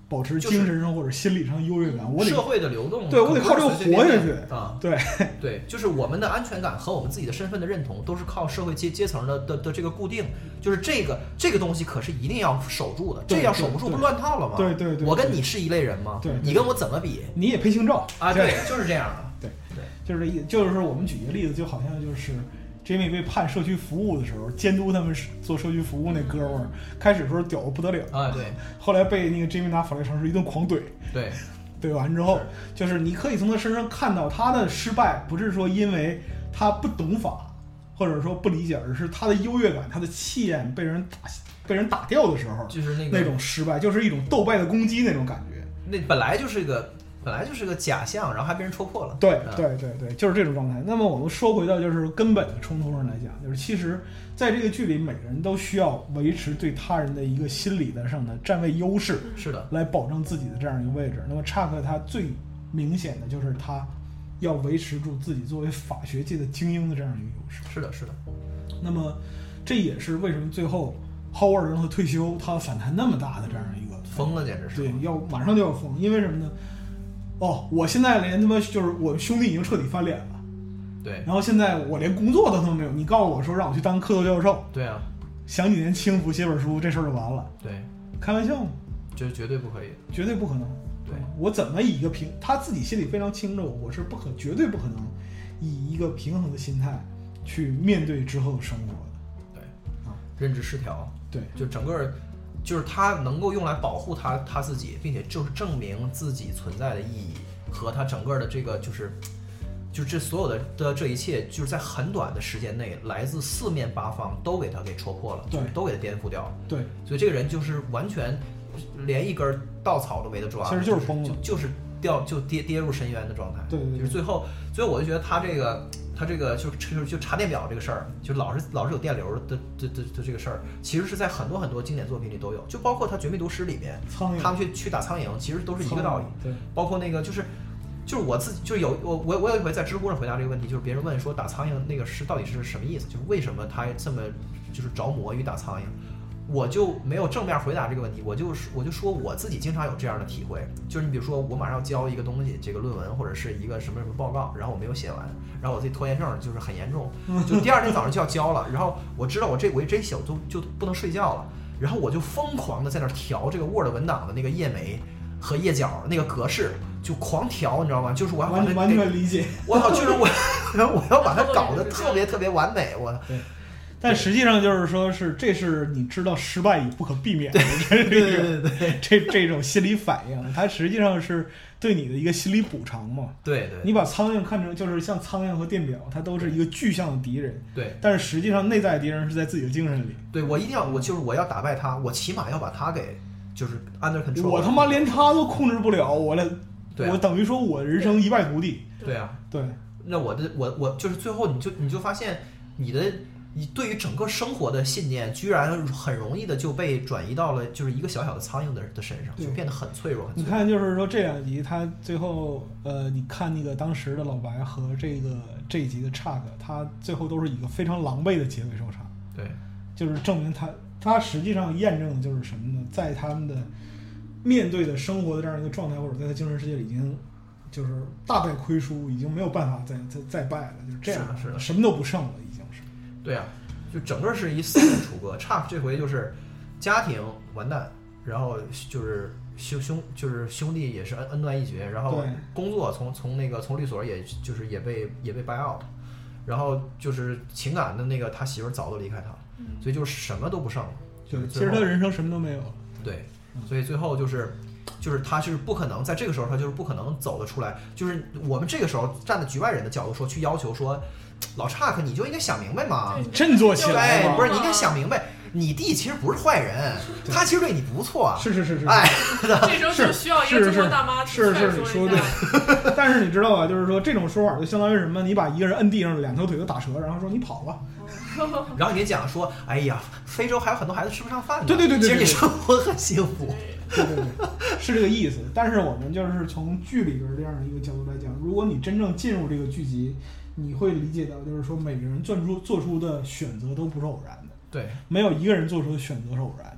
Speaker 3: 保持精神上或者心理上的优越感。我得
Speaker 2: 社会的流动，
Speaker 3: 对我得靠这个活下去
Speaker 2: 啊！
Speaker 3: 对
Speaker 2: 对，就是我们的安全感和我们自己的身份的认同，都是靠社会阶阶层的的的这个固定，就是这个这个东西可是一定要守住的，
Speaker 3: 对
Speaker 2: 这要守不住
Speaker 3: 对
Speaker 2: 不乱套了吗？
Speaker 3: 对对对
Speaker 2: 我跟你是一类人吗？
Speaker 3: 对对
Speaker 2: 你跟我怎么比
Speaker 3: 你也配姓赵
Speaker 2: 啊？
Speaker 3: 这样
Speaker 2: 对，就是这样的。
Speaker 3: 对
Speaker 2: 对，
Speaker 3: 就是一就是说，我们举一个例子，就好像就是 Jamie 被判社区服务的时候，监督他们是做社区服务那哥们儿，开始时候屌的不得了，
Speaker 2: 啊，对
Speaker 3: 后来被那个 Jamie 拿法律常识一顿狂怼，
Speaker 2: 对
Speaker 3: 怼完之后，就是你可以从他身上看到他的失败，不是说因为他不懂法，或者说不理解，而是他的优越感、他的气焰被人打被人打掉的时候，
Speaker 2: 就是 那个
Speaker 3: 那种失败就是一种斗败的攻击那种感觉。
Speaker 2: 那本来就是个本来就是个假象，然后还被人戳破了。
Speaker 3: 对
Speaker 2: 嗯
Speaker 3: 对对对，就是这种状态。那么我们说回到就是根本的冲突上来讲，就是其实在这个剧里，每个人都需要维持对他人的一个心理的上的站位优势，
Speaker 2: 是的，
Speaker 3: 来保证自己的这样一个位置。那么查克他最明显的就是他要维持住自己作为法学界的精英的这样一个优势。
Speaker 2: 是的，是的，
Speaker 3: 那么这也是为什么最后 Howard 让他退休，他反弹那么大的这样一个
Speaker 2: 疯了，简直是
Speaker 3: 对，。要马上就要疯，因为什么呢？哦，我现在连他妈就是我兄弟已经彻底翻脸了，
Speaker 2: 对
Speaker 3: 然后现在我连工作都他妈没有。你告诉我说让我去当客座教授，
Speaker 2: 对啊，
Speaker 3: 享几年清福，写本书，这事儿就完了？
Speaker 2: 对，
Speaker 3: 开玩笑吗？
Speaker 2: 这绝对不可以。
Speaker 3: 绝对不可能。
Speaker 2: 对
Speaker 3: 我怎么以一个平，他自己心里非常清楚，我是不可，绝对不可能以一个平衡的心态去面对之后的生活的。
Speaker 2: 对，
Speaker 3: 啊，
Speaker 2: 认知失调，
Speaker 3: 对，
Speaker 2: 就整个儿就是他能够用来保护他他自己，并且就是证明自己存在的意义和他整个的这个就是。就这所有的的这一切，就是在很短的时间内，来自四面八方都给他给戳破了，
Speaker 3: 对
Speaker 2: 就是都给他颠覆掉了。
Speaker 3: 对，
Speaker 2: 所以这个人就是完全连一根稻草都没得抓，
Speaker 3: 其实就是疯了
Speaker 2: 就就是掉就跌跌入深渊的状态。
Speaker 3: 对对对
Speaker 2: 就是最后，所以我就觉得他这个他这个就是就就查电表这个事儿，就老是老是有电流的的的的这个事儿，其实是在很多很多经典作品里都有，就包括他《绝命毒师》里面，
Speaker 3: 苍蝇
Speaker 2: 他们去去打苍蝇，其实都是一个道理。。
Speaker 3: 对，
Speaker 2: 包括那个就是。就是我自己，就是有我我我有一回在知乎上回答这个问题，就是别人问说打苍蝇那个是到底是什么意思，就是为什么他这么就是着魔于打苍蝇，我就没有正面回答这个问题，我就是我就说我自己经常有这样的体会，就是你比如说我马上要交一个东西，这个论文或者是一个什么什么报告，然后我没有写完，然后我自己拖延症就是很严 重，就第二天早上就要交了，然后我知道我这我这一宿就就不能睡觉了，然后我就疯狂的在那儿调这个 Word 文档的那个页眉和页脚那个格式，就狂调，你知道吗？就是我要把
Speaker 3: 完
Speaker 2: 它
Speaker 3: 完
Speaker 2: 给，
Speaker 3: 全理解。
Speaker 2: 我操，就是我 我要 把它搞得特别特别完美，我
Speaker 3: 但实际上就是说是，这是你知道失败已不可避免的 这个
Speaker 2: 对对
Speaker 3: 这这种心理反应，它实际上是对你的一个心理补偿嘛。
Speaker 2: 对
Speaker 3: 你把苍蝇看成就是像苍蝇和电表，它都是一个具象的敌人，
Speaker 2: 对。
Speaker 3: 但是实际上内在的敌人是在自己的精神里。
Speaker 2: 对我一定要，我就是我要打败他，我起码要把他给就是 under control。
Speaker 3: 我他妈连他都控制不了，我来，
Speaker 2: 对啊
Speaker 3: 我等于说我人生一败涂地。
Speaker 2: 对啊，
Speaker 3: 对，
Speaker 2: 那我的我我就是最后你就你就发现你的你对于整个生活的信念，居然很容易的就被转移到了就是一个小小的苍蝇的的身上，
Speaker 3: 对
Speaker 2: 就变得很脆弱。很脆
Speaker 3: 你看，就是说这两集，他最后，呃，你看那个当时的老白和这个这一集的查克，他最后都是以一个非常狼狈的结尾收场，
Speaker 2: 弱对
Speaker 3: 就是证明他他实际上验证的就是什么呢？在他们的面对的生活的这样一个状态，或者在他精神世界里已经就是大败亏输，已经没有办法再再再败了，就是这样，
Speaker 2: 是的是啊的
Speaker 3: 什么都不剩了，已经是。
Speaker 2: 对啊，就整个是一四人楚歌。差这回就是家庭完蛋，然后就是兄兄就是兄弟也是恩恩断义绝，然后
Speaker 3: 对
Speaker 2: 工作从从那个从律所也就是也被也被 buy out，然后就是情感的那个他媳妇儿早都离开他了，
Speaker 1: 嗯
Speaker 2: 所以就是什么都不剩了。就
Speaker 3: 对，
Speaker 2: 是
Speaker 3: 其
Speaker 2: 最
Speaker 3: 实
Speaker 2: 后
Speaker 3: 他人生什么都没有了。
Speaker 2: 对
Speaker 3: 嗯，
Speaker 2: 所以最后就是，就是他是不可能在这个时候，他就是不可能走得出来。就是我们这个时候站在局外人的角度说，去要求说，老查克你就应该想明白嘛，
Speaker 1: 对
Speaker 3: 振作起来
Speaker 2: 对，
Speaker 3: 吧
Speaker 2: 哎不是你应该想明白，你弟其实不是坏人，
Speaker 3: 对
Speaker 2: 他其实对你不错。
Speaker 3: 是是是是，
Speaker 2: 哎，
Speaker 1: 这时候就需要一个中国大妈
Speaker 3: 是是是
Speaker 1: 出来
Speaker 3: 是
Speaker 1: 说
Speaker 3: 是
Speaker 1: 一
Speaker 3: 你说
Speaker 1: 下，
Speaker 3: 但是你知道吧？就是说这种说法就相当于什么？你把一个人摁地上，两条腿都打折，然后说你跑吧。
Speaker 2: 然后你讲说，哎呀，非洲还有很多孩子吃不上饭呢。
Speaker 3: 对对对对
Speaker 2: 其实你
Speaker 3: 对
Speaker 2: 生活很幸福。
Speaker 1: 对
Speaker 3: 对对对，是这个意思。但是我们就是从剧里边这样的一个角度来讲，如果你真正进入这个剧集，你会理解到，就是说每个人做出做出的选择都不是偶然的，
Speaker 2: 对，
Speaker 3: 没有一个人做出的选择是偶然的。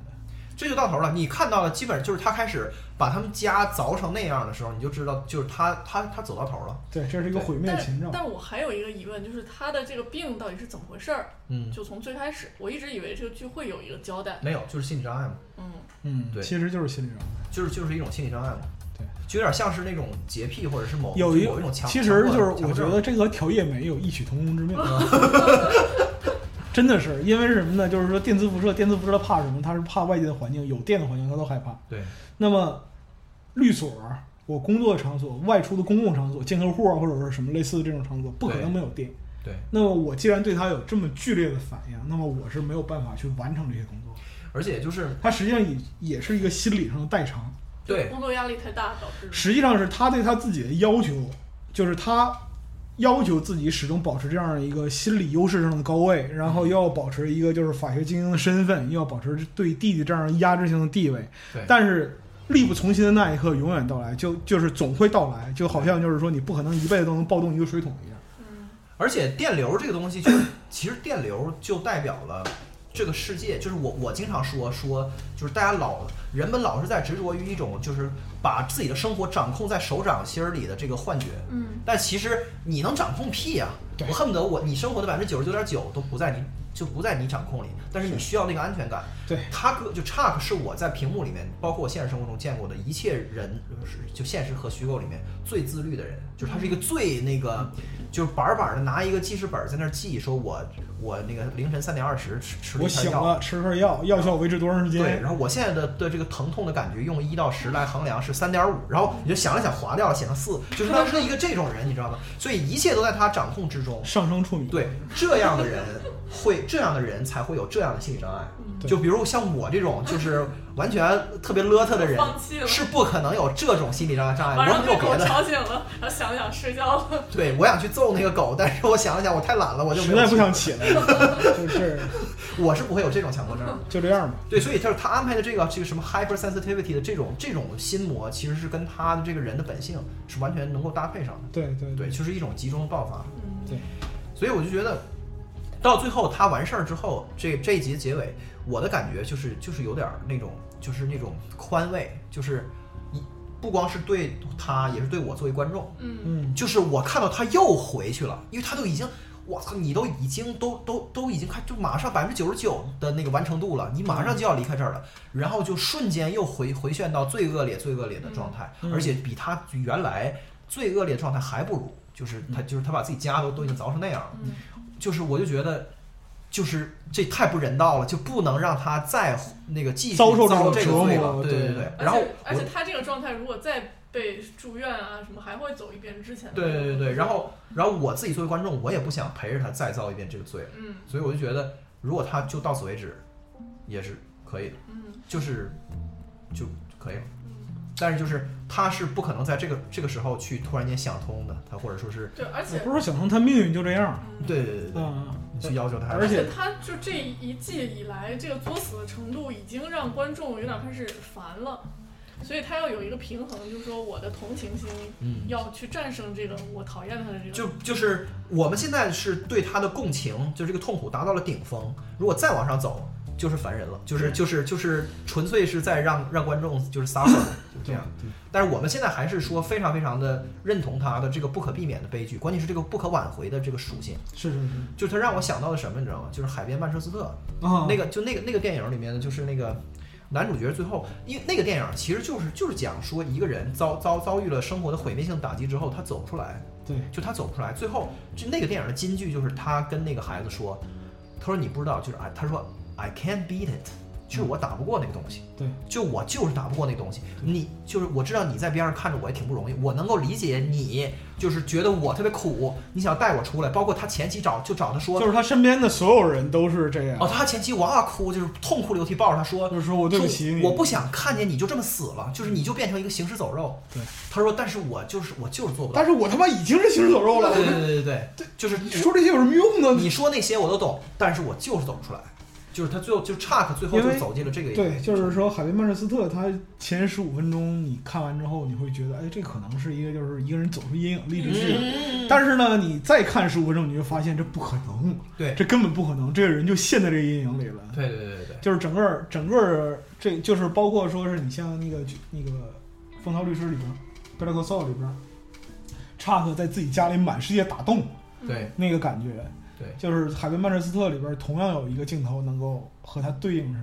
Speaker 2: 这就到头了。你看到了，基本就是他开始把他们家凿成那样的时候，你就知道，就是他他他走到头了。
Speaker 3: 对，这是一个毁灭前兆
Speaker 1: 但。但我还有一个疑问，就是他的这个病到底是怎么回事儿？
Speaker 2: 嗯，
Speaker 1: 就从最开始，我一直以为这个剧会有一个交代。
Speaker 2: 没有，就是心理障碍嘛，
Speaker 1: 嗯，
Speaker 3: 嗯，
Speaker 2: 对
Speaker 3: 其实就是心理上。
Speaker 2: 就是就是一种心理障碍嘛。
Speaker 3: 对，
Speaker 2: 就有点像是那种洁癖或者是某
Speaker 3: 有
Speaker 2: 一
Speaker 3: 一
Speaker 2: 某种强，
Speaker 3: 其实就是
Speaker 2: 强
Speaker 3: 我
Speaker 2: 迫
Speaker 3: 觉
Speaker 2: 症
Speaker 3: 得这和调叶酶有异曲同工 之妙，真的是因为是什么呢？就是说电磁辐射，电磁辐射它怕什么？它是怕外界的环境，有电的环境它都害怕。
Speaker 2: 对，
Speaker 3: 那么律所、我工作的场所、外出的公共场所、见客户啊，或者是什么类似的这种场所，不可能没有电。
Speaker 2: 对，
Speaker 3: 那么我既然对它有这么剧烈的反应，那么我是没有办法去完成这些工作。
Speaker 2: 而且就是
Speaker 3: 它实际上也也是一个心理上的代偿。
Speaker 2: 对
Speaker 1: 工作压力太大导致的。
Speaker 3: 实际上是他对他自己的要求，就是他要求自己始终保持这样一个心理优势上的高位，然后又要保持一个就是法学精英的身份，又要保持对弟弟这样压制性的地位
Speaker 2: 对。
Speaker 3: 但是力不从心的那一刻永远到来，就就是总会到来，就好像就是说你不可能一辈子都能暴动一个水桶一样。
Speaker 1: 嗯，
Speaker 2: 而且电流这个东西，就是其实电流就代表了这个世界。就是我我经常说说，就是大家老人们老是在执着于一种就是把自己的生活掌控在手掌心儿里的这个幻觉。
Speaker 1: 嗯，
Speaker 2: 但其实你能掌控屁呀、
Speaker 3: 对
Speaker 2: 我恨不得我你生活的百分之九十九点九都不在你就不在你掌控里，但是你需要那个安全感。
Speaker 3: 对，
Speaker 2: 他哥就 Chuck 是我在屏幕里面，包括我现实生活中见过的一切人，就是就现实和虚构里面最自律的人，就是他是一个最那个，就是板板的拿一个记事本在那儿记，说我我那个凌晨三点二十吃吃了
Speaker 3: 我
Speaker 2: 一片
Speaker 3: 醒
Speaker 2: 药。
Speaker 3: 了，吃片药，药效维持多长时
Speaker 2: 对，
Speaker 3: 间
Speaker 2: 然？后我现在的的这个疼痛的感觉，用一到十来衡量是三点五，然后你就想了想，划掉了，写成四，就是他是一个这种人，你知道吗？所以一切都在他掌控之中。
Speaker 3: 上升处女。
Speaker 2: 对，这样的人 会，这样的人才会有这样的心理障碍。
Speaker 1: 嗯
Speaker 3: 对
Speaker 2: 就比如像我这种，就是完全特别邋遢的人
Speaker 1: 放弃，了
Speaker 2: 是不可能有这种心理障碍障碍
Speaker 1: 晚
Speaker 2: 哎的。我
Speaker 1: 上
Speaker 2: 没
Speaker 1: 被
Speaker 2: 有
Speaker 1: 狗
Speaker 2: 别的。
Speaker 1: 吵醒了，然后想想睡觉了。
Speaker 2: 对，我想去揍那个狗，但是我想了哎想，我太懒了，我就没
Speaker 3: 实
Speaker 2: 有
Speaker 3: 在不
Speaker 2: 去
Speaker 3: 想起来 了，就是
Speaker 2: 我是不会有这种强迫症的。
Speaker 3: 就这样吧。
Speaker 2: 对，所以他他安排的这个这个什么 hypersensitivity 的这种这种心魔，其实是跟他的这个人的本性是完全能够搭配上的。
Speaker 3: 对对
Speaker 2: 对，就是一种集中的爆发。
Speaker 1: 嗯，
Speaker 3: 对，
Speaker 2: 所以我就觉得，到最后他完事儿之后，这这一集的结尾，我的感觉就是就是有点儿那种就是那种宽慰，就是一不光是对他，也是对我作为观众。
Speaker 1: 嗯，
Speaker 3: 嗯。
Speaker 2: 就是我看到他又回去了，因为他都已经，我操，你都已经都都都已经快就马上百分之九十九的那个完成度了，你马上就要离开这儿了，然后就瞬间又回回旋到最恶劣最恶劣的状态，
Speaker 3: 嗯
Speaker 2: 而且比他原来最恶劣的状态还不如，就是他就是他把自己家都都已经凿成那样了，
Speaker 1: 嗯
Speaker 2: 就是我就觉得。就是这太不人道了，就不能让他再那个继续
Speaker 3: 遭受这种
Speaker 2: 这个罪
Speaker 3: 折
Speaker 2: 了。
Speaker 3: 磨
Speaker 2: 对对
Speaker 3: 对
Speaker 2: 对。
Speaker 1: 而
Speaker 2: 然后
Speaker 1: 且而
Speaker 2: 我
Speaker 1: 且他这个状态，如果再被住院啊什么，还会走一遍之前的。
Speaker 2: 对对对对，然后然后我自己作为观众，我也不想陪着他再遭一遍这个罪，
Speaker 1: 嗯
Speaker 2: 所以我就觉得，如果他就到此为止，也是可以的，
Speaker 1: 嗯
Speaker 2: 就是就可以了。
Speaker 1: 嗯，
Speaker 2: 但是就是他是不可能在这个这个时候去突然间想通的，他或者说是
Speaker 1: 对，而
Speaker 3: 也
Speaker 1: 且
Speaker 3: 不是说想通，他命运就这样。
Speaker 1: 嗯
Speaker 2: 对对对对，
Speaker 3: 嗯，
Speaker 2: 你去要求他，
Speaker 3: 而且
Speaker 1: 他就这一季以来，这个作死的程度已经让观众有点开始烦了，所以他要有一个平衡，就是说我的同情心
Speaker 2: 嗯，
Speaker 1: 要去战胜这个我讨厌他的这个。
Speaker 2: 就就是我们现在是对他的共情，就这个痛苦达到了顶峰，如果再往上走。就是烦人了，就是就是就是纯粹是在让让观众就是撒谎，就是这样。但是我们现在还是说非常非常的认同他的这个不可避免的悲剧，关键是这个不可挽回的这个属性。
Speaker 3: 是是是
Speaker 2: 就是他让我想到了什么，你知道吗？就是《海边曼彻斯特》
Speaker 3: 啊，
Speaker 2: 那个，就那个那个电影里面的，就是那个男主角最后，因为那个电影其实就是就是讲说一个人遭遭遭遇了生活的毁灭性打击之后，他走不出来，
Speaker 3: 对
Speaker 2: 就他走不出来。最后，就那个电影的啊金句就是他跟那个孩子说，他说你不知道，就是 I，他说 I can't beat it，就是我打不过那个东西。
Speaker 3: 对，
Speaker 2: 就我就是打不过那个东西。你就是我知道你在边上看着我也挺不容易，我能够理解你就是觉得我特别苦，你想带我出来。包括他前期找就找他说
Speaker 3: 就，是他身边的所有人都是这样
Speaker 2: 哦，，他前期哇哇哭，就是痛哭流涕抱着他说，
Speaker 3: 就是说我对不起你，
Speaker 2: 我不想看见你就这么死了，就是你就变成一个行尸走肉。
Speaker 3: 对，
Speaker 2: 他说，但是我就是我就是做不到
Speaker 3: 但。是我他妈已经是行尸走肉了，
Speaker 2: 对对对对对，就是
Speaker 3: 你说这些有什么用呢？
Speaker 2: 你说那些我都懂，但是我就是走不出来。就是他最后就差克最后
Speaker 3: 因
Speaker 2: 就
Speaker 3: 为
Speaker 2: 走进了这个
Speaker 3: 对，就是说海边曼彻斯特，他前十五分钟你看完之后，你会觉得，哎，这可能是一个就是一个人走出阴影励志剧。
Speaker 1: 嗯
Speaker 3: 但是呢，你再看十五分钟，你就发现这不可能，
Speaker 2: 对
Speaker 3: 这根本不可能，这个人就陷在这个阴影里了。
Speaker 2: 对对对对对，
Speaker 3: 就是整个整个这就是包括说是你像那个那个《风骚律师》里边，《贝拉克萨》里边，查克在自己家里满世界打洞
Speaker 2: 对
Speaker 3: 那个感觉，
Speaker 2: 对
Speaker 3: 就是《海边曼彻斯特》里边同样有一个镜头能够和它对应上，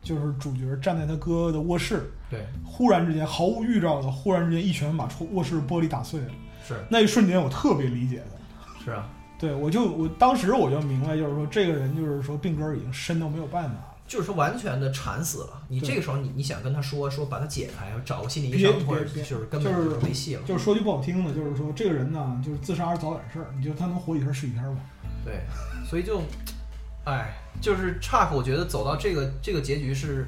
Speaker 3: 就是主角站在他哥哥的卧室，
Speaker 2: 对
Speaker 3: 忽然之间毫无预兆的，忽然之间一拳把卧室玻璃打碎了，
Speaker 2: 是
Speaker 3: 那一瞬间我特别理解的。
Speaker 2: 是啊，
Speaker 3: 对，我就我当时我就明白，就是说这个人就是说病根儿已经深到没有办法了，
Speaker 2: 就是完全的缠死了。你
Speaker 3: 对
Speaker 2: 这个时候你你想跟他说说把他解开，找个心理医
Speaker 3: 别
Speaker 2: 生，或者
Speaker 3: 别别
Speaker 2: 就是根本
Speaker 3: 就是
Speaker 2: 就是没戏了。
Speaker 3: 就是说句不好听的，就是说这个人呢，就是自杀是早点事儿，你就他能活几天是几天吧。
Speaker 2: 对，所以就，哎，就是差克，我觉得走到这个这个结局是，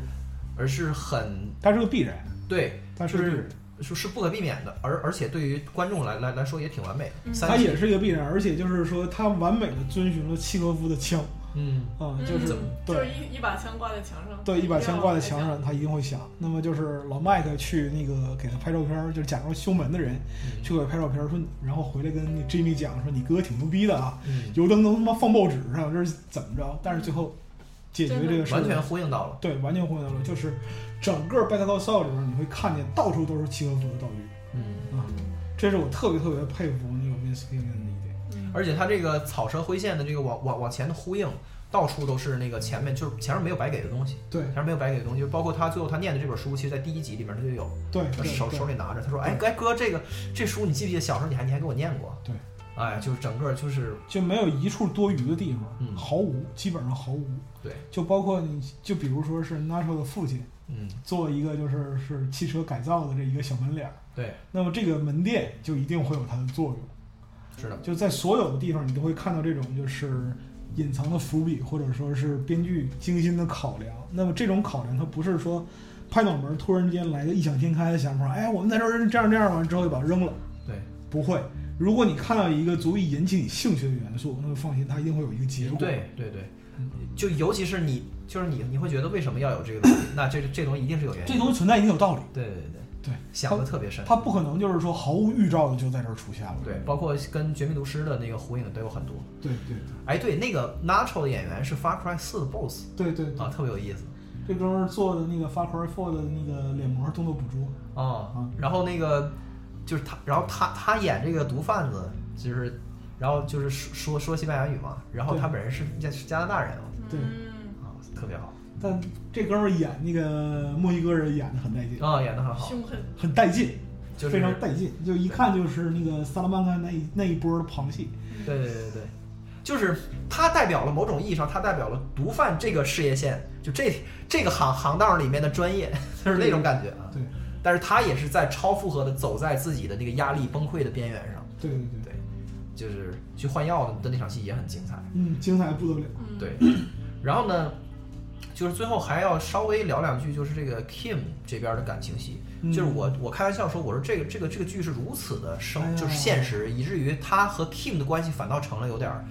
Speaker 2: 而是很
Speaker 3: 他是个必然，
Speaker 2: 对，
Speaker 3: 他是个必然，
Speaker 2: 是是不可避免的，而而且对于观众来来来说也挺完美的。
Speaker 1: 嗯
Speaker 2: 三
Speaker 3: 他
Speaker 2: 季
Speaker 3: 也是一个必然，而且就是说他完美的遵循了契诃夫的枪
Speaker 2: 嗯，
Speaker 3: 啊、
Speaker 1: 嗯
Speaker 3: 就是
Speaker 2: 怎么
Speaker 1: 就是
Speaker 3: 对
Speaker 1: 一一把枪挂在墙上，
Speaker 3: 对，一把枪挂在墙
Speaker 1: 一定要
Speaker 3: 上，他一定会响。那么就是老麦克去那个给他拍照片儿，就是假装修门的人
Speaker 2: 嗯
Speaker 3: 去给他拍照片儿，说你，然后回来跟那 Jimmy 讲说你哥挺牛逼的啊，
Speaker 2: 嗯，
Speaker 3: 油灯能他妈放报纸上，这是怎么着？但是最后解决这个事儿
Speaker 2: 完全呼应到了。
Speaker 3: 对，完全混淆了。就是整个《Better Call Saul》里边，你会看见到处都是契诃夫的道具
Speaker 2: 嗯，
Speaker 3: 啊，这是我特别特别佩服那个 Vince Gilligan 的一点。
Speaker 1: 嗯
Speaker 2: 而且他这个草蛇灰线的这个往往往前的呼应，到处都是那个前面就是前面没有白给的东西，
Speaker 3: 对
Speaker 2: 前面没有白给的东西，包括他最后他念的这本书，其实在第一集里面他就有，
Speaker 3: 对对
Speaker 2: 手手
Speaker 3: 对
Speaker 2: 里拿着，他说：“哎，哎哥，这个这书你记不记得小时候你还你还给我念过？”
Speaker 3: 对，
Speaker 2: 哎，就是整个就是
Speaker 3: 就没有一处多余的地方，
Speaker 2: 嗯
Speaker 3: 毫无，基本上毫无。
Speaker 2: 对，
Speaker 3: 就包括你，就比如说是 Nacho 的父亲
Speaker 2: 嗯，
Speaker 3: 做一个就是是汽车改造的这一个小门脸儿，
Speaker 2: 对，
Speaker 3: 那么这个门店就一定会有它的作用。
Speaker 2: 是的，
Speaker 3: 就在所有的地方，你都会看到这种就是隐藏的伏笔，或者说是编剧精心的考量。那么这种考量，它不是说拍脑门儿突然间来个异想天开的想法，哎，我们在这儿这样这样，完之后就把它扔了。
Speaker 2: 对，
Speaker 3: 不会。如果你看到一个足以引起你兴趣的元素，那么放心，它一定会有一个结果。
Speaker 2: 对对对
Speaker 3: 嗯，
Speaker 2: 就尤其是你，就是你，你会觉得为什么要有这个 东西？那这这东西一定是有原
Speaker 3: 这
Speaker 2: 因。
Speaker 3: 东西存在一定有道理，
Speaker 2: 对对对
Speaker 3: 对，
Speaker 2: 想的特别深。
Speaker 3: 它不可能就是说毫无预兆的就在这儿出现了。
Speaker 2: 对，包括跟《绝命毒师》的那个呼应都有很多。
Speaker 3: 对对
Speaker 2: 哎，对，那个 Nacho 的演员是《Far Cry 4》的 BOSS
Speaker 3: 对对对，
Speaker 2: 啊，特别有意思
Speaker 3: 这哥们儿做的那个 Far Cry 4的那个脸膜动作捕捉，
Speaker 2: 啊、
Speaker 3: 嗯
Speaker 2: 然后那个就是他，然后他他演这个毒贩子，就是然后就是说说说西班牙语嘛，然后
Speaker 3: 对
Speaker 2: 他本人是加是加拿大人嘛
Speaker 3: 对
Speaker 1: 嗯
Speaker 2: 啊，特别好
Speaker 3: 但这哥们儿演那个墨西哥人演的很带劲，
Speaker 2: 啊、演的很好，
Speaker 1: 凶狠，
Speaker 3: 很带劲，
Speaker 2: 就是
Speaker 3: 嗯非常带劲，就一看就是那个萨拉曼卡那一那一波的旁系。
Speaker 2: 对对对对，就是它代表了某种意义上，它代表了毒贩这个事业线，就这这个行行当里面的专业， 就是那种感觉啊。
Speaker 3: 对
Speaker 2: 但是他也是在超负荷的走在自己的那个压力崩溃的边缘上，
Speaker 3: 对对
Speaker 2: 对，
Speaker 3: 对，
Speaker 2: 就是去换药的那场戏也很精彩，
Speaker 3: 嗯，精彩不得了。
Speaker 1: 嗯，
Speaker 2: 对。然后呢，就是最后还要稍微聊两句，就是这个 Kim 这边的感情戏，
Speaker 3: 嗯
Speaker 2: 就是我我开玩笑说，我说这个这个这个剧是如此的生，
Speaker 3: 哎呀
Speaker 2: 就是现实，以至于他和 Kim 的关系反倒成了有点儿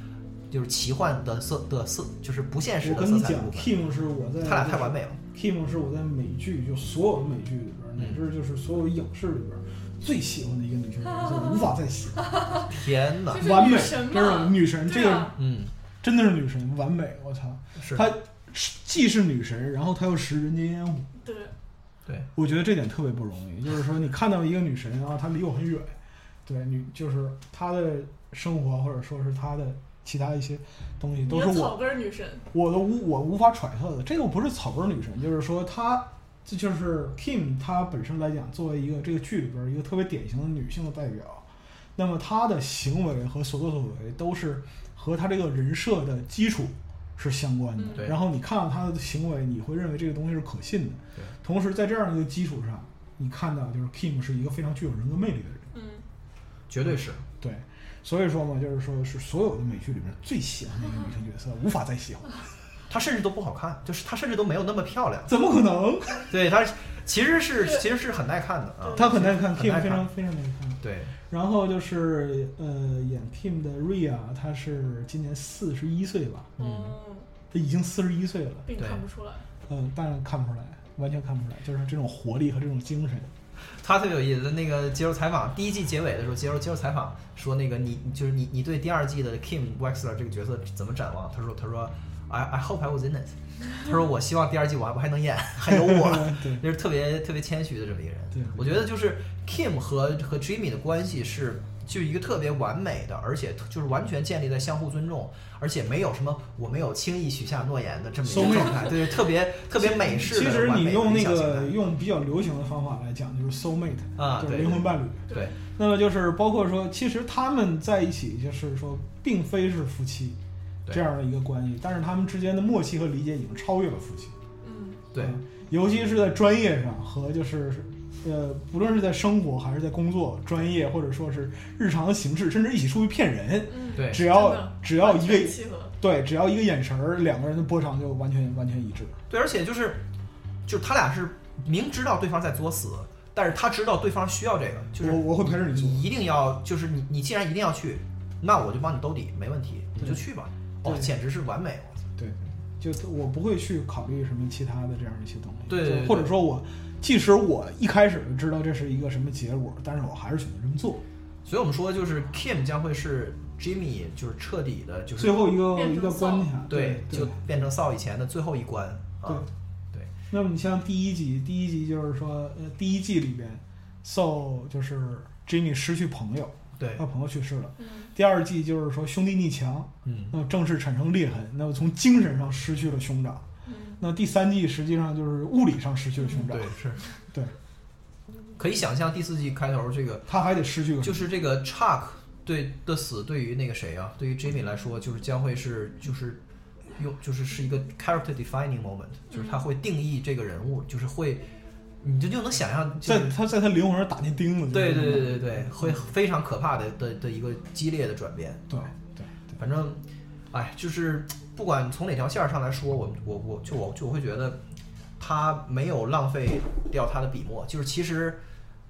Speaker 2: 就是奇幻的色的色，就是不现实
Speaker 3: 我
Speaker 2: 的
Speaker 3: 跟你
Speaker 2: 色彩
Speaker 3: 讲
Speaker 2: 的部分。
Speaker 3: ，Kim 是我在
Speaker 2: 他俩太完美了，
Speaker 3: ，Kim 是我在美剧就所有的美剧里边，
Speaker 2: 嗯
Speaker 3: 乃至就是所有影视里边最喜欢的一个女性角色，无法再 喜欢，
Speaker 2: 天哪
Speaker 1: 就！是
Speaker 3: 完美
Speaker 1: 女神，嘛
Speaker 3: 真是女神，这
Speaker 1: 对
Speaker 3: 个
Speaker 1: 啊，
Speaker 2: 嗯，
Speaker 3: 真的是女神，完美，我操，
Speaker 2: 是
Speaker 3: 她是既是女神，然后她又食人间烟火。
Speaker 1: 对，
Speaker 2: 对，
Speaker 3: 我觉得这点特别不容易，就是说你看到一个女神啊，她离我很远，对女就是她的生活或者说是她的其他一些东西都
Speaker 1: 一
Speaker 3: 是
Speaker 1: 个
Speaker 3: 我
Speaker 1: 草根儿女神，
Speaker 3: 我都无我无法揣测的。这个不是草根女神，就是说她这就是 Kim 她本身来讲，作为一个这个剧里边儿一个特别典型的女性的代表，那么她的行为和所作所为都是和她这个人设的基础是相关的。
Speaker 1: 嗯
Speaker 2: 对
Speaker 3: 然后你看到他的行为，你会认为这个东西是可信的
Speaker 2: 对。
Speaker 3: 同时，在这样一个基础上，你看到就是 Kim 是一个非常具有人格魅力的人。
Speaker 1: 嗯，
Speaker 2: 绝对是。
Speaker 3: 对，所以说嘛，就是说是所有的美剧里面最喜欢的一个女性角色，无法再喜欢，
Speaker 2: 她甚至都不好看，就是她甚至都没有那么漂亮。
Speaker 3: 怎么可能？
Speaker 2: 对，她其实是
Speaker 1: 对
Speaker 2: 其实是很耐看的啊。
Speaker 3: 她很耐看
Speaker 2: 很耐看
Speaker 3: ，Kim 非常非常耐看。
Speaker 2: 对，
Speaker 3: 然后就是呃，演 Kim 的 Ria，她是今年四十一岁吧，
Speaker 1: 哦，
Speaker 3: 她已经四十一岁了，
Speaker 1: 并
Speaker 2: 嗯对
Speaker 1: 看不出来。
Speaker 3: 嗯，但是看不出来，完全看不出来，就是这种活力和这种精神。
Speaker 2: 她特别有意思。那个接受采访，第一季结尾的时候接受接受采访，说那个你就是你你对第二季的 Kim Wexler 这个角色怎么展望？她说她说 I I hope I was in it。她说我希望第二季我还我还能演， 还有我。
Speaker 3: 对
Speaker 2: 就是特别特别谦虚的这么一个人。
Speaker 3: 对
Speaker 2: 我觉得就是 Kim 和和 Jimmy 的关系是就一个特别完美的，而且就是完全建立在相互尊重，而且没有什么我没有轻易许下诺言的这么一个
Speaker 3: Soulmate
Speaker 2: 状态，对，特别特别美式的
Speaker 3: 其实
Speaker 2: 完美
Speaker 3: 你
Speaker 2: 的
Speaker 3: 用
Speaker 2: 理
Speaker 3: 那
Speaker 2: 想形
Speaker 3: 个
Speaker 2: 态
Speaker 3: 用比较流行的方法来讲，就是 soul mate，
Speaker 2: 啊
Speaker 3: 就是
Speaker 2: 对
Speaker 3: 灵魂伴侣。
Speaker 2: 对
Speaker 3: 那么就是包括说，其实他们在一起，就是说，并非是夫妻
Speaker 2: 对
Speaker 3: 这样的一个关系，但是他们之间的默契和理解已经超越了夫妻。
Speaker 1: 嗯，
Speaker 2: 对
Speaker 3: 嗯尤其是在专业上和就是，呃，不论是在生活还是在工作、专业或者说是日常的形式，甚至一起出去骗人，
Speaker 1: 嗯，
Speaker 2: 对
Speaker 3: 只
Speaker 1: 真
Speaker 3: 要
Speaker 1: 的
Speaker 3: 只要一
Speaker 1: 完全
Speaker 3: 个
Speaker 1: 契合，
Speaker 3: 对，只要一个眼神儿，两个人的波长就完全完全一致。
Speaker 2: 对，而且就是就是他俩是明知道对方在作死，但是他知道对方需要这个，就是嗯
Speaker 3: 我我会陪着你做。
Speaker 2: 你一定要，就是你你既然一定要去，那我就帮你兜底，没问题，你就
Speaker 3: 对
Speaker 2: 去吧。哦，
Speaker 3: 对
Speaker 2: 简直是完美！我操
Speaker 3: 对，就我不会去考虑什么其他的这样一些东西。
Speaker 2: 对
Speaker 3: 就
Speaker 2: 对对
Speaker 3: 或者说我即使我一开始就知道这是一个什么结果，但是我还是选择这么做。
Speaker 2: 所以我们说，就是 Kim 将会是 Jimmy 就是彻底的，就是
Speaker 3: 最后一个
Speaker 1: 变成
Speaker 3: 一个关卡，
Speaker 2: 对
Speaker 3: 对，
Speaker 2: 就
Speaker 3: 对
Speaker 2: 变成 Saul 以前的最后一关啊。对
Speaker 3: 那么你像第一集，第一集就是说，呃，第一季里边，So 就是 Jimmy 失去朋友，
Speaker 2: 对，
Speaker 3: 他朋友去世了。
Speaker 1: 嗯，
Speaker 3: 第二季就是说兄弟逆强，
Speaker 2: 嗯，
Speaker 3: 那么正式产生裂痕，那么从精神上失去了兄长。
Speaker 1: 嗯，
Speaker 3: 那第三季实际上就是物理上失去了兄长
Speaker 2: 对，是，
Speaker 3: 哦对，
Speaker 2: 可以想象第四季开头这个，
Speaker 3: 他还得失去个
Speaker 2: 就是这个 Chuck 对的死，对于那个谁啊，对于 Jimmy 来说，就是将会是就是用就是是一个 character defining moment，就是他会定义这个人物，就是会，你就就能想象，就
Speaker 3: 在
Speaker 2: 是
Speaker 3: 他在他灵魂上打那钉子。
Speaker 2: 对
Speaker 3: 就是
Speaker 2: 对对对对，会非常可怕的的的一个激烈的转变。
Speaker 3: 对对对，
Speaker 2: 反正，哎，就是不管从哪条线儿上来说，我我我就我就我会觉得他没有浪费掉他的笔墨。就是其实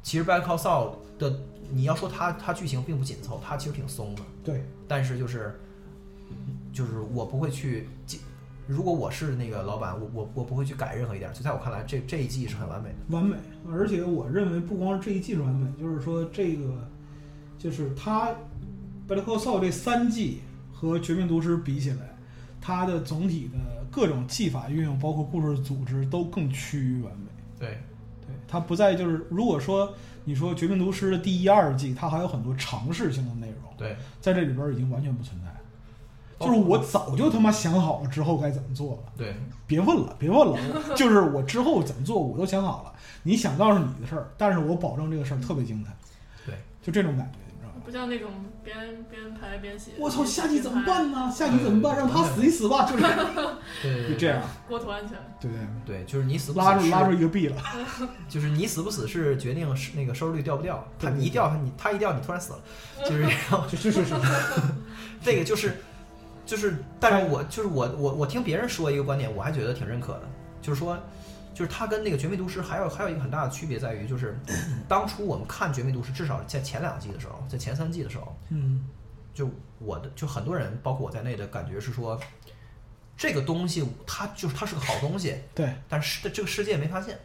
Speaker 2: 其实《Better Call Saul》的，你要说它它剧情并不紧凑，它其实挺松的。
Speaker 3: 对
Speaker 2: 但是就是就是我不会去，如果我是那个老板，我我我不会去改任何一点儿。就在我看来，这这一季是很完美的。
Speaker 3: 完美。而且我认为不光是这一季是完美，就是说这个就是他《Better Call Saul》这三季和《绝命毒师》比起来，它的总体的各种技法运用，包括故事组织，都更趋于完美。
Speaker 2: 对
Speaker 3: 对，它不再就是如果说你说《绝命毒师》的第一、二季，它还有很多尝试性的内容，
Speaker 2: 对，
Speaker 3: 在这里边已经完全不存在了。
Speaker 2: 包
Speaker 3: 就是我早就他妈想好了之后该怎么做了。
Speaker 2: 对
Speaker 3: 别问了，别问了，就是我之后怎么做我都想好了。你想到是你的事儿，但是我保证这个事儿特别精彩，
Speaker 2: 嗯对，
Speaker 3: 就这种感觉，你知道吗？
Speaker 1: 不像那种边边拍边写。
Speaker 3: 我操，
Speaker 1: 边
Speaker 3: 下集怎么
Speaker 1: 边拍？
Speaker 3: 办呢？下集怎么办？让他死一死吧，就这样，
Speaker 2: 对
Speaker 3: 就这 样，
Speaker 1: 国土安全。
Speaker 3: 对对，
Speaker 2: 对，就是你死不
Speaker 3: 拉
Speaker 2: 死
Speaker 3: 住
Speaker 2: 是
Speaker 3: 拉住一个币了，
Speaker 2: 就是你死不死是决定是那个收视率掉不掉，他你一掉，他你他一掉，你突然死了，就是这样
Speaker 3: 就是是是，
Speaker 2: 这个就是就是，但是我就是我我我听别人说一个观点，我还觉得挺认可的，就是说，就是他跟那个《绝命毒师》还有还有一个很大的区别在于，就是 当初我们看《绝命毒师》，至少在前两季的时候，在前三季的时候，
Speaker 3: 嗯，
Speaker 2: 就我的就很多人包括我在内的感觉是说，这个东西它就是它是个好东西，
Speaker 3: 对
Speaker 2: 但是这个世界没发现，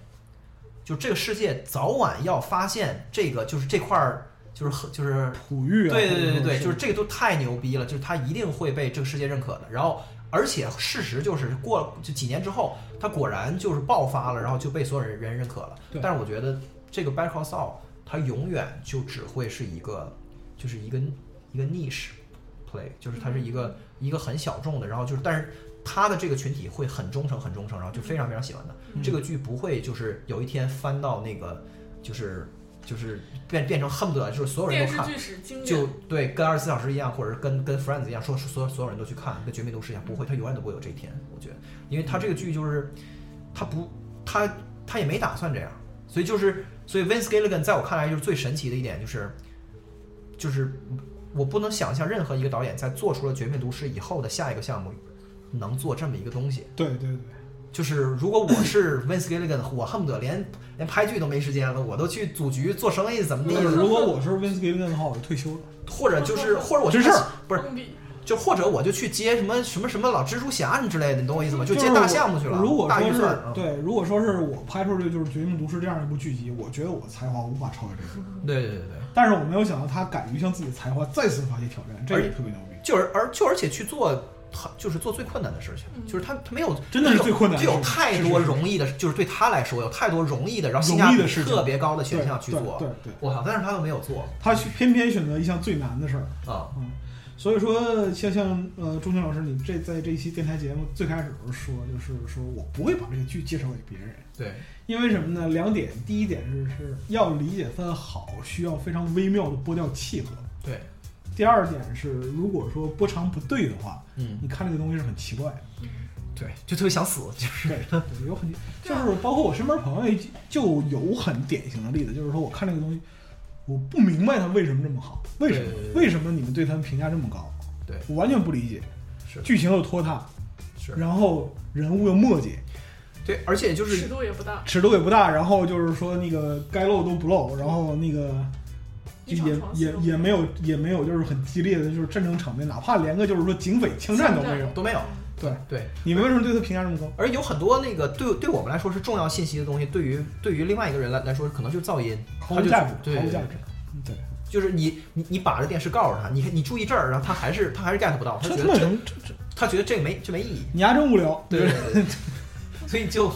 Speaker 2: 就这个世界早晚要发现这个，就是这块儿，就是很就是，
Speaker 3: 哺育
Speaker 2: 对
Speaker 3: 啊，
Speaker 2: 对
Speaker 3: 或者
Speaker 2: 对对
Speaker 3: 说
Speaker 2: 对，就是这个都太牛逼了，就是它一定会被这个世界认可的。然后，而且事实就是过就几年之后，它果然就是爆发了，然后就被所有人人认可了。
Speaker 3: 对
Speaker 2: 但是我觉得这个 Better Call Saul 它永远就只会是一个，就是一个一个 niche play，就是它是一个
Speaker 3: 嗯
Speaker 2: 一个很小众的，然后就是但是它的这个群体会很忠诚很忠诚，然后就非常非常喜欢它。
Speaker 3: 嗯
Speaker 2: 这个剧不会就是有一天翻到那个就是就是变变成恨不得就是所有人
Speaker 1: 电
Speaker 2: 都
Speaker 1: 视
Speaker 2: 看，
Speaker 1: 剧史经典
Speaker 2: 就，对跟二十四小时一样，或者是跟跟 Friends 一样，说所有所有人都去看，跟绝命毒师一样，不会，他永远都不会有这一天。我觉得，因为他这个剧就是他不他他也没打算这样，所以就是所以 Vince Gilligan 在我看来就是最神奇的一点就是就是我不能想象任何一个导演在做出了绝命毒师以后的下一个项目能做这么一个东西。
Speaker 3: 对对对，
Speaker 2: 就是如果我是 Vince Gilligan，我恨不得连连拍剧都没时间了，我都去组局做生意怎么地
Speaker 3: 就，是如果我是 Vince Gilligan 的话，我就退休了。
Speaker 2: 或者就是或者我
Speaker 3: 这
Speaker 2: 去
Speaker 3: 事儿
Speaker 2: 不是
Speaker 1: 蹦迪
Speaker 2: 就或者我就去接什么什么什么老蜘蛛侠你之类的，你懂我意思吗？
Speaker 3: 就
Speaker 2: 接
Speaker 3: 是
Speaker 2: 大
Speaker 3: 我
Speaker 2: 项目去了，
Speaker 3: 如果
Speaker 2: 大
Speaker 3: 说
Speaker 2: 预算
Speaker 3: 是
Speaker 2: 啊。
Speaker 3: 对，如果说是我拍出来就是《绝命毒师》这样一部剧集，我觉得我才华无法超越这个。
Speaker 2: 对对对对，
Speaker 3: 但是我没有想到他敢于向自己的才华再次发起挑战，这
Speaker 2: 而
Speaker 3: 也特别牛逼，
Speaker 2: 就是而就而且去做。他就是做最困难的事情，
Speaker 1: 嗯
Speaker 2: 就是他他没有，
Speaker 3: 真的是
Speaker 2: 他有
Speaker 3: 最困难的
Speaker 2: 他有
Speaker 3: 事情
Speaker 2: 太
Speaker 3: 是
Speaker 2: 多
Speaker 3: 是是
Speaker 2: 容易的，就是对他来说有太多容易的，然后性价
Speaker 3: 容易
Speaker 2: 比
Speaker 3: 的事情
Speaker 2: 特别高的选
Speaker 3: 对
Speaker 2: 项去做
Speaker 3: 对。对对，
Speaker 2: 我靠，但是他又没有做
Speaker 3: 他去偏偏选择一项最难的事儿。
Speaker 2: 啊，
Speaker 3: 嗯，所以说像像呃，钟情老师，你这在这一期电台节目最开始的时候说，就是说我不会把这个剧介绍给别人，
Speaker 2: 对
Speaker 3: 因为什么呢？两点，第一点是是要理解分好，需要非常微妙的波调契合；
Speaker 2: 对，
Speaker 3: 第二点是，如果说波长不对的话，
Speaker 2: 嗯
Speaker 3: 你看这个东西是很奇怪的。
Speaker 1: 嗯
Speaker 2: 对，就特别想死，就是
Speaker 3: 对，对，有很就是包括我身边朋友就有很典型的例子，就是说我看这个东西，我不明白它为什么这么好，为什么
Speaker 2: 对对对
Speaker 3: 为什么你们对他们评价这么高？
Speaker 2: 对
Speaker 3: 我完全不理解，
Speaker 2: 是
Speaker 3: 剧情又拖沓，
Speaker 2: 是
Speaker 3: 然后人物又墨迹，
Speaker 2: 对，而且就
Speaker 1: 尺
Speaker 2: 是
Speaker 1: 度也不大，
Speaker 3: 尺度也不大，然后就是说那个该露都不露，然后那个。就
Speaker 1: 一场
Speaker 3: 也
Speaker 1: 床戏
Speaker 3: 也
Speaker 1: 都
Speaker 3: 也没有也没有，就是很激烈的，就是战争场面，哪怕连个就是说警匪枪战都没有。
Speaker 2: 都没有，
Speaker 3: 对，
Speaker 2: 对，
Speaker 3: 你们为什么对他评价这么高？
Speaker 2: 而有很多那个对对我们来说是重要信息的东西，对于对于另外一个人来来说，可能就是噪音，
Speaker 3: 毫
Speaker 2: 他
Speaker 3: 无
Speaker 2: 就
Speaker 3: 价值，
Speaker 2: 对
Speaker 3: 毫无
Speaker 2: 对
Speaker 3: 价
Speaker 2: 对
Speaker 3: 值。对，
Speaker 2: 就是你你你把着电视告诉他，你看你注意这儿，然后他还是他还是 get 不到，他
Speaker 3: 这
Speaker 2: 觉
Speaker 3: 他
Speaker 2: 得这
Speaker 3: 妈能这这，
Speaker 2: 他觉得这没这没意义，
Speaker 3: 你丫真无聊。
Speaker 2: 对对对，对所以就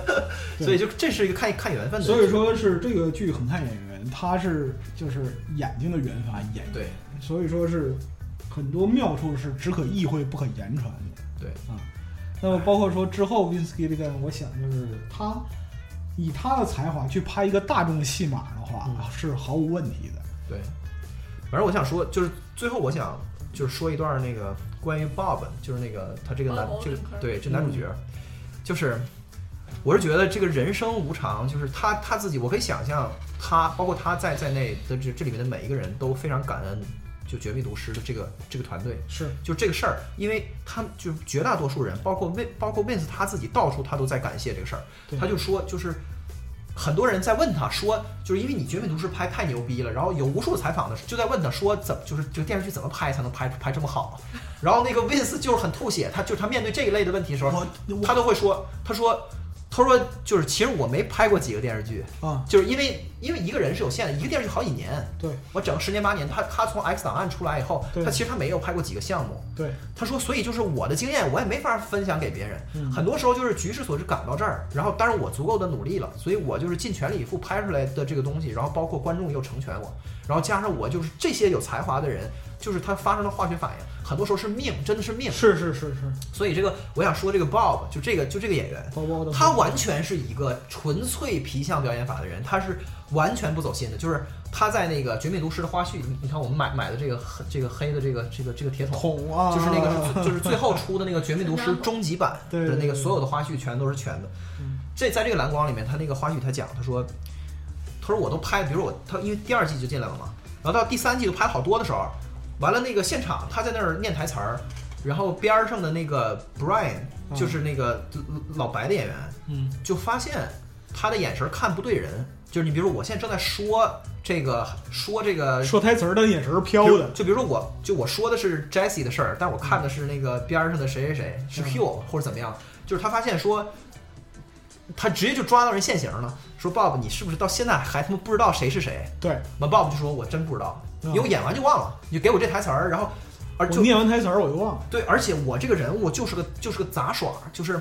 Speaker 2: 所以就这是一个看看缘分的，
Speaker 3: 所以说是这个剧很看演员，他是就是眼睛的原发演，
Speaker 2: 对
Speaker 3: 所以说是很多妙处是只可意会不可言传的
Speaker 2: 对
Speaker 3: 啊。那么包括说之后 Vince Gilligan，我想就是他以他的才华去拍一个大众的戏码的话、
Speaker 2: 嗯
Speaker 3: 是毫无问题的。
Speaker 2: 对，反正我想说就是最后我想就是说一段那个关于 Bob，就是那个他这个男
Speaker 1: Bob
Speaker 2: 这个
Speaker 1: Odenkirk 嗯
Speaker 2: 对这男主角，就是我是觉得这个人生无常，就是他他自己，我可以想象他包括他在在内的这这里面的每一个人都非常感恩就绝密毒师的这个这个团队。
Speaker 3: 是
Speaker 2: 就这个事儿，因为他就绝大多数人，包括 Win，包括 Vince 他自己，到处他都在感谢这个事儿
Speaker 3: 对。
Speaker 2: 他就说，就是很多人在问他说，就是因为你《绝命毒师》拍太牛逼了，然后有无数采访的就在问他说，怎么就是这个电视剧怎么拍才能拍拍这么好？ 然后那个 Vince 就是很吐血，他就是他面对这一类的问题的时候
Speaker 3: 我，我
Speaker 2: 他都会说，他说。他说：“就是，其实我没拍过几个电视剧，
Speaker 3: 啊，
Speaker 2: 就是因为因为一个人是有限的，一个电视剧好几年，
Speaker 3: 对
Speaker 2: 我整个十年八年。他他从 X 档案出来以后，
Speaker 3: 对
Speaker 2: 他其实他没有拍过几个项目，
Speaker 3: 对
Speaker 2: 他说，所以就是我的经验，我也没法分享给别人。
Speaker 3: 嗯
Speaker 2: 很多时候就是局势所致，赶到这儿，然后但是我足够的努力了，所以我就是尽全力以赴拍出来的这个东西，然后包括观众又成全我，然后加上我就是这些有才华的人，就是他发生了化学反应，很多时候是命，真的是命。
Speaker 3: 是是是是，
Speaker 2: 所以这个我想说，这个 Bob 就这个就这个演员，
Speaker 3: 包包的
Speaker 2: 他完全是一个纯粹皮相表演法的人，他是完全不走心的。就是他在那个《绝命毒师》的花絮，你你看我们买买的这个这个黑的这个这个这个铁桶，
Speaker 3: 桶啊，
Speaker 2: 就是那个就是最后出的那个《绝命毒师》终极版
Speaker 3: 对
Speaker 2: 的
Speaker 3: 对
Speaker 2: 那个
Speaker 3: 对
Speaker 2: 所有的花絮全都是全的
Speaker 3: 嗯。
Speaker 2: 这在这个蓝光里面，他那个花絮他讲，他说，他说我都拍，比如我他因为第二季就进来了嘛，然后到第三季就拍了好多的时候，完了那个现场他在那儿念台词儿，然后边儿上的那个 Brian
Speaker 3: 嗯
Speaker 2: 就是那个老白的演员，
Speaker 3: 嗯
Speaker 2: 就发现他的眼神看不对人，就是你比如我现在正在说这个说这个
Speaker 3: 说台词儿的眼神儿
Speaker 2: 比
Speaker 3: 飘
Speaker 2: 如
Speaker 3: 的，
Speaker 2: 就比如说我，就我说的是 Jesse 的事儿，但我看的是那个边儿上的谁谁谁是
Speaker 3: 嗯
Speaker 2: Q 或者怎么样，就是他发现说，他直接就抓到人现行了，说 Bob 你是不是到现在还他妈不知道谁是谁？
Speaker 3: 对，
Speaker 2: 完 Bob 就说我真不知道，
Speaker 3: 嗯
Speaker 2: 因为我演完就忘了，你就给我这台词儿，然后而
Speaker 3: 我
Speaker 2: 就
Speaker 3: 念完台词儿我就忘了，
Speaker 2: 对，而且我这个人物就是个就是个杂耍，就是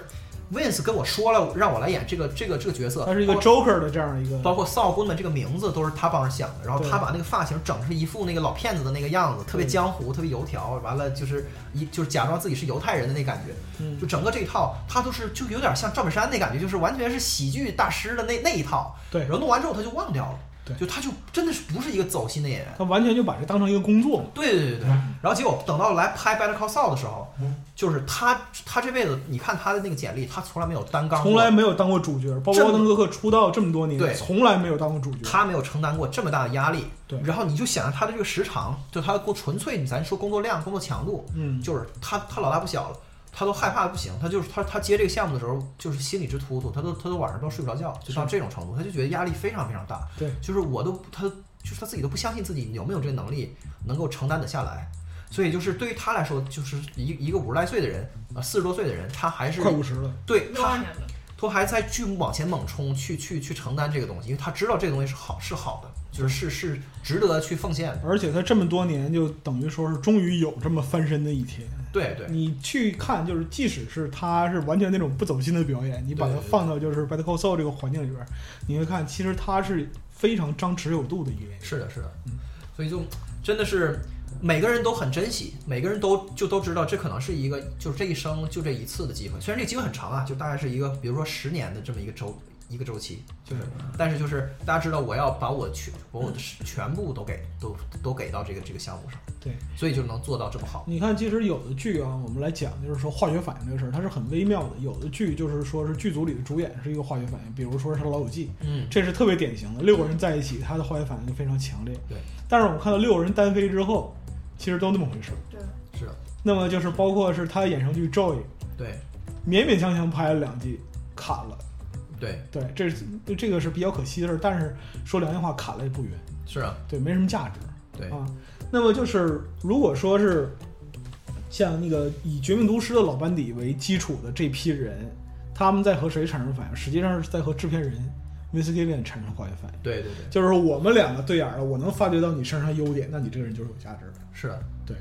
Speaker 2: Vince 跟我说了让我来演这个这个这个角色，
Speaker 3: 他是一个
Speaker 2: 包括
Speaker 3: Joker 的这样一个
Speaker 2: 包括邵坤的这个名字都是他帮着想的，然后
Speaker 3: 对
Speaker 2: 他把那个发型整成一副那个老骗子的那个样子，特别江湖，特别油条，完了就是一就是假装自己是犹太人的那感觉，
Speaker 3: 嗯
Speaker 2: 就整个这一套他都是就有点像赵本山那感觉，就是完全是喜剧大师的那那一套，
Speaker 3: 对
Speaker 2: 然后弄完之后他就忘掉了，
Speaker 3: 对
Speaker 2: 就他就真的是不是一个走心的演员。
Speaker 3: 他完全就把这当成一个工作嘛。
Speaker 2: 对对对对对。然后结果等到来拍《Better Call Saul》的时候
Speaker 3: 嗯，
Speaker 2: 就是他他这辈子你看他的那个简历，他从来没有单纲过，
Speaker 3: 从来没有当过主角，包括
Speaker 2: 这么
Speaker 3: 沃登哥克出道这么多
Speaker 2: 对
Speaker 3: 年，从来没有当过主角。
Speaker 2: 他没有承担过这么大的压力。
Speaker 3: 对
Speaker 2: 然后你就想想他的这个时长，就他的工纯粹，咱说工作量、工作强度，
Speaker 3: 嗯，
Speaker 2: 就是他他老大不小了，他都害怕的不行。他就是他他接这个项目的时候，就是心里直突突，他都他都晚上都睡不着觉，就到
Speaker 3: 是
Speaker 2: 这种程度，他就觉得压力非常非常大。
Speaker 3: 对，
Speaker 2: 就是我都他就是他自己都不相信自己有没有这个能力能够承担得下来。所以就是对于他来说，就是一一个五十来岁的人，啊四十多岁的人，他还是
Speaker 3: 快五十了，
Speaker 2: 对
Speaker 1: 嗯六
Speaker 2: 他
Speaker 1: 二年的，
Speaker 2: 都还在去往前猛冲，去去去承担这个东西，因为他知道这个东西是好是好的，就是是是值得去奉献的。
Speaker 3: 而且他这么多年就等于说是终于有这么翻身的一天。
Speaker 2: 对对
Speaker 3: 你去看，就是即使是他是完全那种不走心的表演，你把它
Speaker 2: 对对对
Speaker 3: 放到就是《Better Call Saul》这个环境里边，你会看，其实他是非常张弛有度的一个演员。
Speaker 2: 是的，是的
Speaker 3: 嗯，
Speaker 2: 所以就真的是每个人都很珍惜，每个人都就都知道这可能是一个就是这一生就这一次的机会。虽然这个机会很长啊，就大概是一个比如说十年的这么一个周一个周期，
Speaker 3: 对，
Speaker 2: 但是就是大家知道我要把我去把我的全部都给都都给到这个这个项目上，
Speaker 3: 对，
Speaker 2: 所以就能做到这么好。
Speaker 3: 你看，其实有的剧啊，我们来讲就是说化学反应这个事儿，它是很微妙的。有的剧就是说是剧组里的主演是一个化学反应，比如说是《老友记》，
Speaker 2: 嗯，
Speaker 3: 这是特别典型的，六个人在一起，他的化学反应就非常强烈。
Speaker 2: 对，
Speaker 3: 但是我们看到六个人单飞之后，其实都那么回事儿。
Speaker 1: 对，
Speaker 2: 是的，
Speaker 3: 那么就是包括是他的衍生剧《Joy》，
Speaker 2: 对
Speaker 3: 勉勉强强拍了两季，砍了。
Speaker 2: 对
Speaker 3: 对，这是这个是比较可惜的事儿，但是说良心话，砍了也不冤，
Speaker 2: 是啊，
Speaker 3: 对，没什么价值。
Speaker 2: 对
Speaker 3: 啊，那么就是如果说是像那个以《绝命毒师》的老班底为基础的这批人，他们在和谁产生反应？实际上是在和制片人 v i n c e g i l l i a n 产生化学反应。
Speaker 2: 对对对，
Speaker 3: 就是说我们两个对眼儿了，我能发掘到你身上优点，那你这个人就是有价值的。
Speaker 2: 是的。
Speaker 3: 对，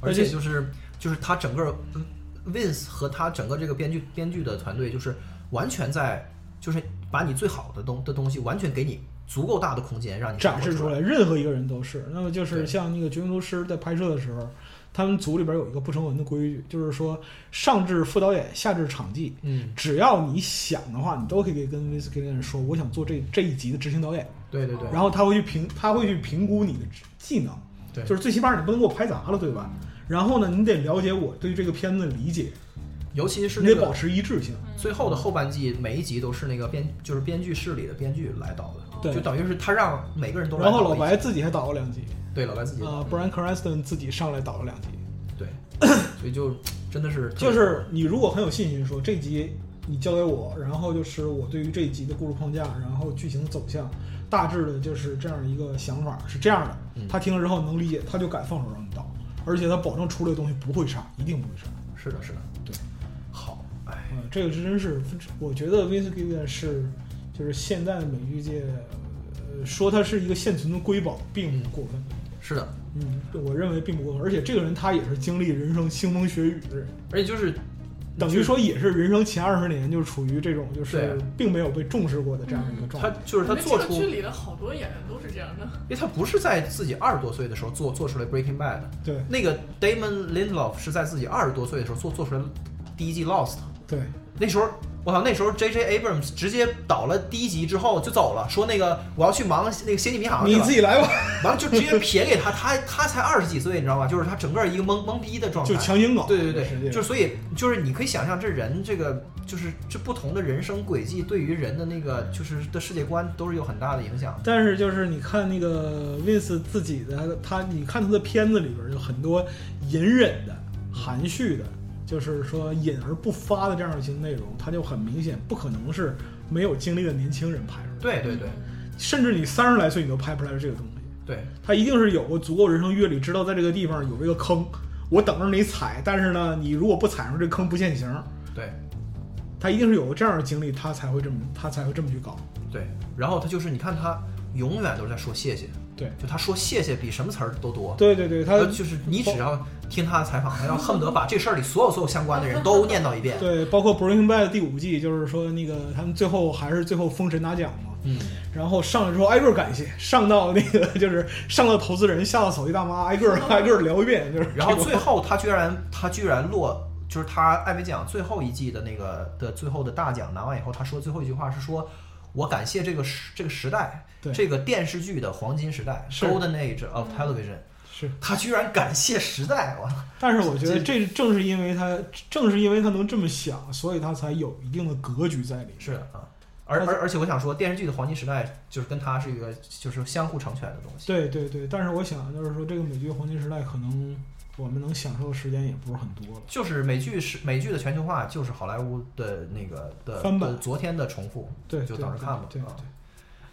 Speaker 2: 而
Speaker 3: 而
Speaker 2: 且
Speaker 3: 且
Speaker 2: 就是就是他整个嗯 Vince 和他整个这个编剧编剧的团队，就是完全在就是把你最好的东的东西完全给你足够大的空间让你
Speaker 3: 展
Speaker 2: 发
Speaker 3: 示
Speaker 2: 挥
Speaker 3: 出
Speaker 2: 出来。
Speaker 3: 来，任何一个人都是。那么就
Speaker 2: 对
Speaker 3: 是像那个《绝命毒师》在拍摄的时候，他们组里边有一个不成文的规矩，就是说上至副导演，下至场记，
Speaker 2: 嗯，
Speaker 3: 只要你想的话，你都可以跟威斯克利人说，我想做这这一集的执行导演，
Speaker 2: 对对对
Speaker 3: 然后他会去评，他会去评估你的技能，
Speaker 2: 对
Speaker 3: 就是最起码你不能给我拍砸了，对吧？然后呢，你得了解我对这个片子的理解，
Speaker 2: 尤其是
Speaker 3: 你
Speaker 2: 那
Speaker 3: 得保
Speaker 2: 个
Speaker 3: 持一致性。
Speaker 1: 嗯
Speaker 2: 最后的后半季，每一集都是那个编就是编剧室里的编剧来导
Speaker 1: 哦
Speaker 2: 的，
Speaker 3: 对
Speaker 2: 就等于是他让每个人都来
Speaker 3: 然后
Speaker 2: 导
Speaker 3: 老
Speaker 2: 一集
Speaker 3: 白自己还导了两集，
Speaker 2: 对老白自己
Speaker 3: 啊、
Speaker 2: 导
Speaker 3: b r i a n Cranston 自己上来导了两集。
Speaker 2: 对，所以就真的是特别
Speaker 3: 就是你如果很有信心说这集你交给我，然后就是我对于这一集的故事框架，然后剧情走向，大致的就是这样一个想法是这样的
Speaker 2: 嗯。
Speaker 3: 他听了之后能理解，他就敢放手让你导，而且他保证出来的东西不会差，一定不会差。
Speaker 2: 是的是的，
Speaker 3: 对，
Speaker 2: 好，哎，
Speaker 3: 嗯、这个是真是，我觉得 Vince Gilligan 是就是现代美剧界，呃，说他是一个现存的瑰宝并不过分。
Speaker 2: 是的，
Speaker 3: 嗯，我认为并不过分，而且这个人他也是经历人生腥风血雨的人。
Speaker 2: 而且就是
Speaker 3: 等于说也是人生前二十年就处于这种就
Speaker 2: 对嗯
Speaker 3: 是并没有被重视过的这样一个状
Speaker 2: 他
Speaker 3: 态。
Speaker 2: 就是他
Speaker 1: 我觉得
Speaker 2: 做
Speaker 1: 这
Speaker 2: 出
Speaker 1: 个剧里的好多演员都是这样的，
Speaker 2: 因为他不是在自己二十多岁的时候做做出来 Breaking Bad，的
Speaker 3: 对
Speaker 2: 那个 Damon Lindelof 是在自己二十多岁的时候做做出来第一季 Lost，
Speaker 3: 对
Speaker 2: 那时候我操，那时候 J.J. Abrams 直接导了第一集之后就走了，说那个我要去忙那个星际迷航去
Speaker 3: 你
Speaker 2: 了
Speaker 3: 自，己来吧，
Speaker 2: 完了就直接撇给他，他他才二十几岁，你知道吗？就是他整个一个懵懵逼的状态
Speaker 3: 就。强行搞。
Speaker 2: 对对
Speaker 3: 实
Speaker 2: 对，
Speaker 3: 际
Speaker 2: 就
Speaker 3: 上
Speaker 2: 是所以就是你可以想象，这人这个就是这不同的人生轨迹，对于人的那个就是的世界观都是有很大的影响的。
Speaker 3: 但是就是你看那个 Vince 自己的他，你看他的片子里边有很多隐忍的、含蓄的，就是说隐而不发的这样一些内容，他就很明显不可能是没有经历的年轻人拍出来的。
Speaker 2: 对对对
Speaker 3: 甚至你三十来岁你都拍不出来这个东西。
Speaker 2: 对，
Speaker 3: 他一定是有过足够人生阅历，知道在这个地方有这个坑，我等着你踩。但是呢，你如果不踩上这个坑不现行，
Speaker 2: 对
Speaker 3: 他一定是有过这样的经历，他才会这么他才会这么去搞。
Speaker 2: 对，然后他就是你看他永远都是在说谢谢，
Speaker 3: 对，
Speaker 2: 就他说谢谢比什么词儿都多。
Speaker 3: 对对对，他
Speaker 2: 就是你只要听他的采访，他要恨不得把这事儿里所有所有相关的人都念叨一遍。
Speaker 3: 对包括《Breaking Bad》第五季，就是说那个他们最后还是最后封神拿奖嘛。
Speaker 2: 嗯，
Speaker 3: 然后上来之后挨个感谢，上到那个就是上到投资人，下到扫地大妈，挨个挨个聊一遍，就是
Speaker 2: 然后
Speaker 3: 这种
Speaker 2: 最后他居然他居然落，就是他艾美奖最后一季的那个的最后的大奖拿完以后，他说最后一句话是说。我感谢这个时这个时代
Speaker 3: 对，
Speaker 2: 这个电视剧的黄金时代
Speaker 3: 是
Speaker 2: ，Golden Age of Television，
Speaker 3: 是，
Speaker 2: 他居然感谢时代，我
Speaker 3: 但是我觉得这正是因为他正是因为他能这么想，所以他才有一定的格局在里面。
Speaker 2: 是的啊。而而而且我想说，电视剧的黄金时代就是跟它是一个就是相互成全的东西。
Speaker 3: 对对对，但是我想就是说，这个美剧黄金时代可能我们能享受的时间也不是很多了。
Speaker 2: 就是美剧是美剧的全球化，就是好莱坞的那个的
Speaker 3: 翻版
Speaker 2: 的昨天的重复，
Speaker 3: 对，
Speaker 2: 就等着看吧
Speaker 3: 对对
Speaker 2: 啊
Speaker 3: 对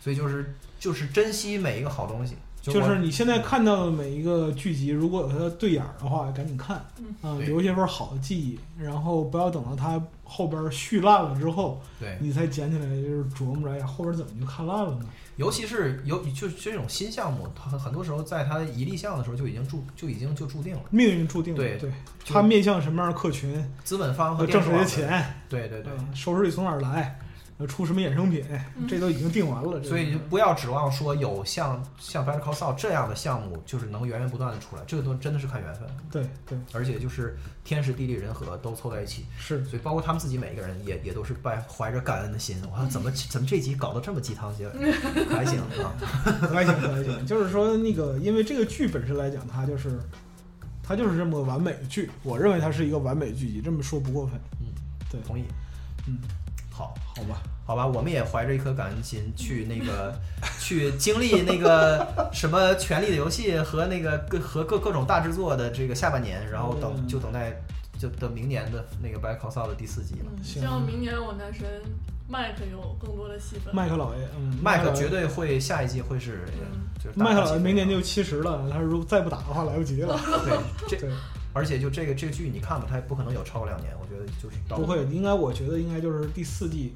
Speaker 2: 所以就是就是珍惜每一个好东西。
Speaker 3: 对，
Speaker 2: 我
Speaker 3: 就是你现在看到的每一个剧集，如果有它的对眼儿的话，赶紧看，
Speaker 1: 嗯
Speaker 3: 啊，
Speaker 2: 对
Speaker 3: 留下份好的记忆，然后不要等到它后边续烂了之后，
Speaker 2: 对，
Speaker 3: 你才捡起来，就是琢磨着，哎呀，后边怎么就看烂了呢？
Speaker 2: 尤其是有就就这种新项目，它很很多时候在它一立项的时候就已经注就已经就注定了，
Speaker 3: 命运注定了，
Speaker 2: 对
Speaker 3: 对，
Speaker 2: 就
Speaker 3: 它面向什么样的客群，
Speaker 2: 资本方和
Speaker 3: 挣
Speaker 2: 电视
Speaker 3: 谁
Speaker 2: 网
Speaker 3: 的
Speaker 2: 的，
Speaker 3: 钱，
Speaker 2: 对对对，
Speaker 3: 嗯收视率从哪儿来，呃出什么衍生品，
Speaker 1: 嗯
Speaker 3: 这都已经定完了。这
Speaker 2: 所以就
Speaker 3: 个
Speaker 2: 不要指望说有像像 Better Call Saul 这样的项目就是能源源不断的出来，这个东西真的是看缘分，
Speaker 3: 对对
Speaker 2: 而且就是天时地利人和都凑在一起，
Speaker 3: 是，
Speaker 2: 所以包括他们自己每一个人也也都是怀怀着感恩的心，我说 怎么怎么这集搞得这么鸡汤结尾，还行啊，
Speaker 3: 不太行，不太 行。就是说，那个，因为这个剧本身来讲，它就是，它就是这么个完美的剧。我认为它是一个完美剧集，这么说不过分。
Speaker 2: 嗯，
Speaker 3: 对
Speaker 2: 同意，
Speaker 3: 嗯，
Speaker 2: 好。
Speaker 3: 好吧，
Speaker 2: 好吧，我们也怀着一颗感恩心去那 个，去经历那个什么《权力的游戏》和那个各和各各种大制作的这个下半年，然后等
Speaker 3: 嗯
Speaker 2: 就等待就等明年的那个《Better Call Saul》的第四季了。
Speaker 1: 嗯，
Speaker 3: 行
Speaker 1: 希望明年我男神麦克有更多的戏份。
Speaker 3: 麦克老爷，嗯，
Speaker 2: 麦克
Speaker 3: 老爷
Speaker 2: 绝对会下一季会是呃
Speaker 1: 嗯
Speaker 2: 就是大
Speaker 3: 麦克
Speaker 2: 大
Speaker 3: 老
Speaker 2: 起
Speaker 3: 爷
Speaker 2: 飞
Speaker 3: 明年
Speaker 2: 的
Speaker 3: 就七十了，他如果再不打的话，来不及了。
Speaker 2: 对这，
Speaker 3: 对，
Speaker 2: 而且就这个这个剧你看吧，它也不可能有超过两年，我觉得就是到
Speaker 3: 不会，应该我觉得应该就是第四季。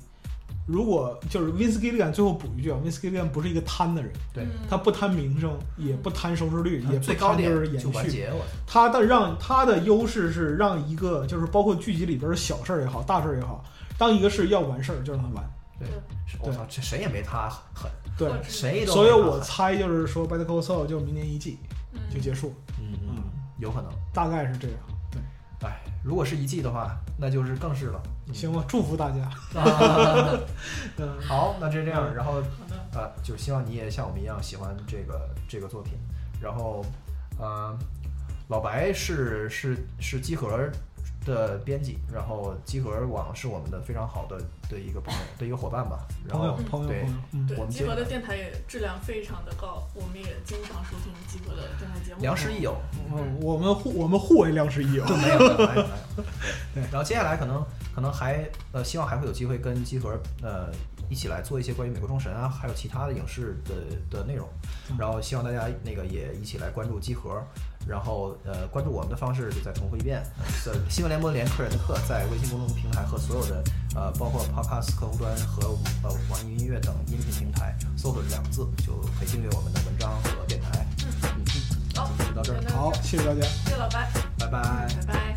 Speaker 3: 如果就是 Vince Gilligan 最后补一句啊，Vince Gilligan 不是一个贪的人，
Speaker 2: 对
Speaker 1: 嗯
Speaker 3: 他不贪名声，也不贪收视嗯率，也不
Speaker 2: 最高
Speaker 3: 贪
Speaker 2: 点
Speaker 3: 就是
Speaker 2: 就
Speaker 3: 延
Speaker 2: 完
Speaker 3: 续，
Speaker 2: 结我。
Speaker 3: 它的让它的优势是让一个就是包括剧集里边的小事儿也好，大事儿也好，当一个是要完事儿就让它完。
Speaker 2: 我操，这谁也没他狠，
Speaker 3: 对，
Speaker 1: 嗯
Speaker 2: 谁都没
Speaker 3: 所以
Speaker 2: 他
Speaker 3: 我
Speaker 2: 狠
Speaker 3: 猜就是说《Better Call Saul》就明年一季
Speaker 1: 嗯
Speaker 3: 就结束，
Speaker 2: 嗯嗯有可能。
Speaker 3: 大概是这样。对，
Speaker 2: 哎，如果是一季的话，那就是更是了。嗯
Speaker 3: 行吧，祝福大家。
Speaker 2: 啊，
Speaker 3: 嗯，
Speaker 2: 好，那就这样，然后
Speaker 1: 好的，
Speaker 2: 呃，就希望你也像我们一样喜欢这个这个作品，然后呃，老白是是是机核的编辑，然后机核网是我们的非常好的的一个朋友的一个伙伴吧，然
Speaker 3: 朋友
Speaker 2: 后
Speaker 1: 嗯
Speaker 3: 朋友朋
Speaker 2: 对
Speaker 3: 友，嗯，
Speaker 2: 我
Speaker 1: 对，
Speaker 2: 们
Speaker 1: 集
Speaker 2: 这
Speaker 1: 合的电台也质量非常的高，我们也经常收听集合的电台节目。
Speaker 2: 良师益友，
Speaker 3: 嗯，我们互我们互为良师益友。
Speaker 2: 没有没有没有没有，
Speaker 3: 对
Speaker 2: 然后接下来可能可能还呃，希望还会有机会跟集合呃一起来做一些关于美国众神啊，还有其他的影视的的内容。然后希望大家那个也一起来关注集合，然后呃关注我们的方式就再重复一遍，呃新闻联播连客人的课在微信公众平台和所有的呃包括 Podcast 客户端和呃网易云音乐等音频平台搜索这两个字就可以订阅我们的文章和电台。嗯，
Speaker 1: 好，
Speaker 2: 就到这儿
Speaker 1: 那，
Speaker 3: 好，谢谢大家。
Speaker 1: 谢谢老白，
Speaker 2: 拜拜。
Speaker 1: 拜拜。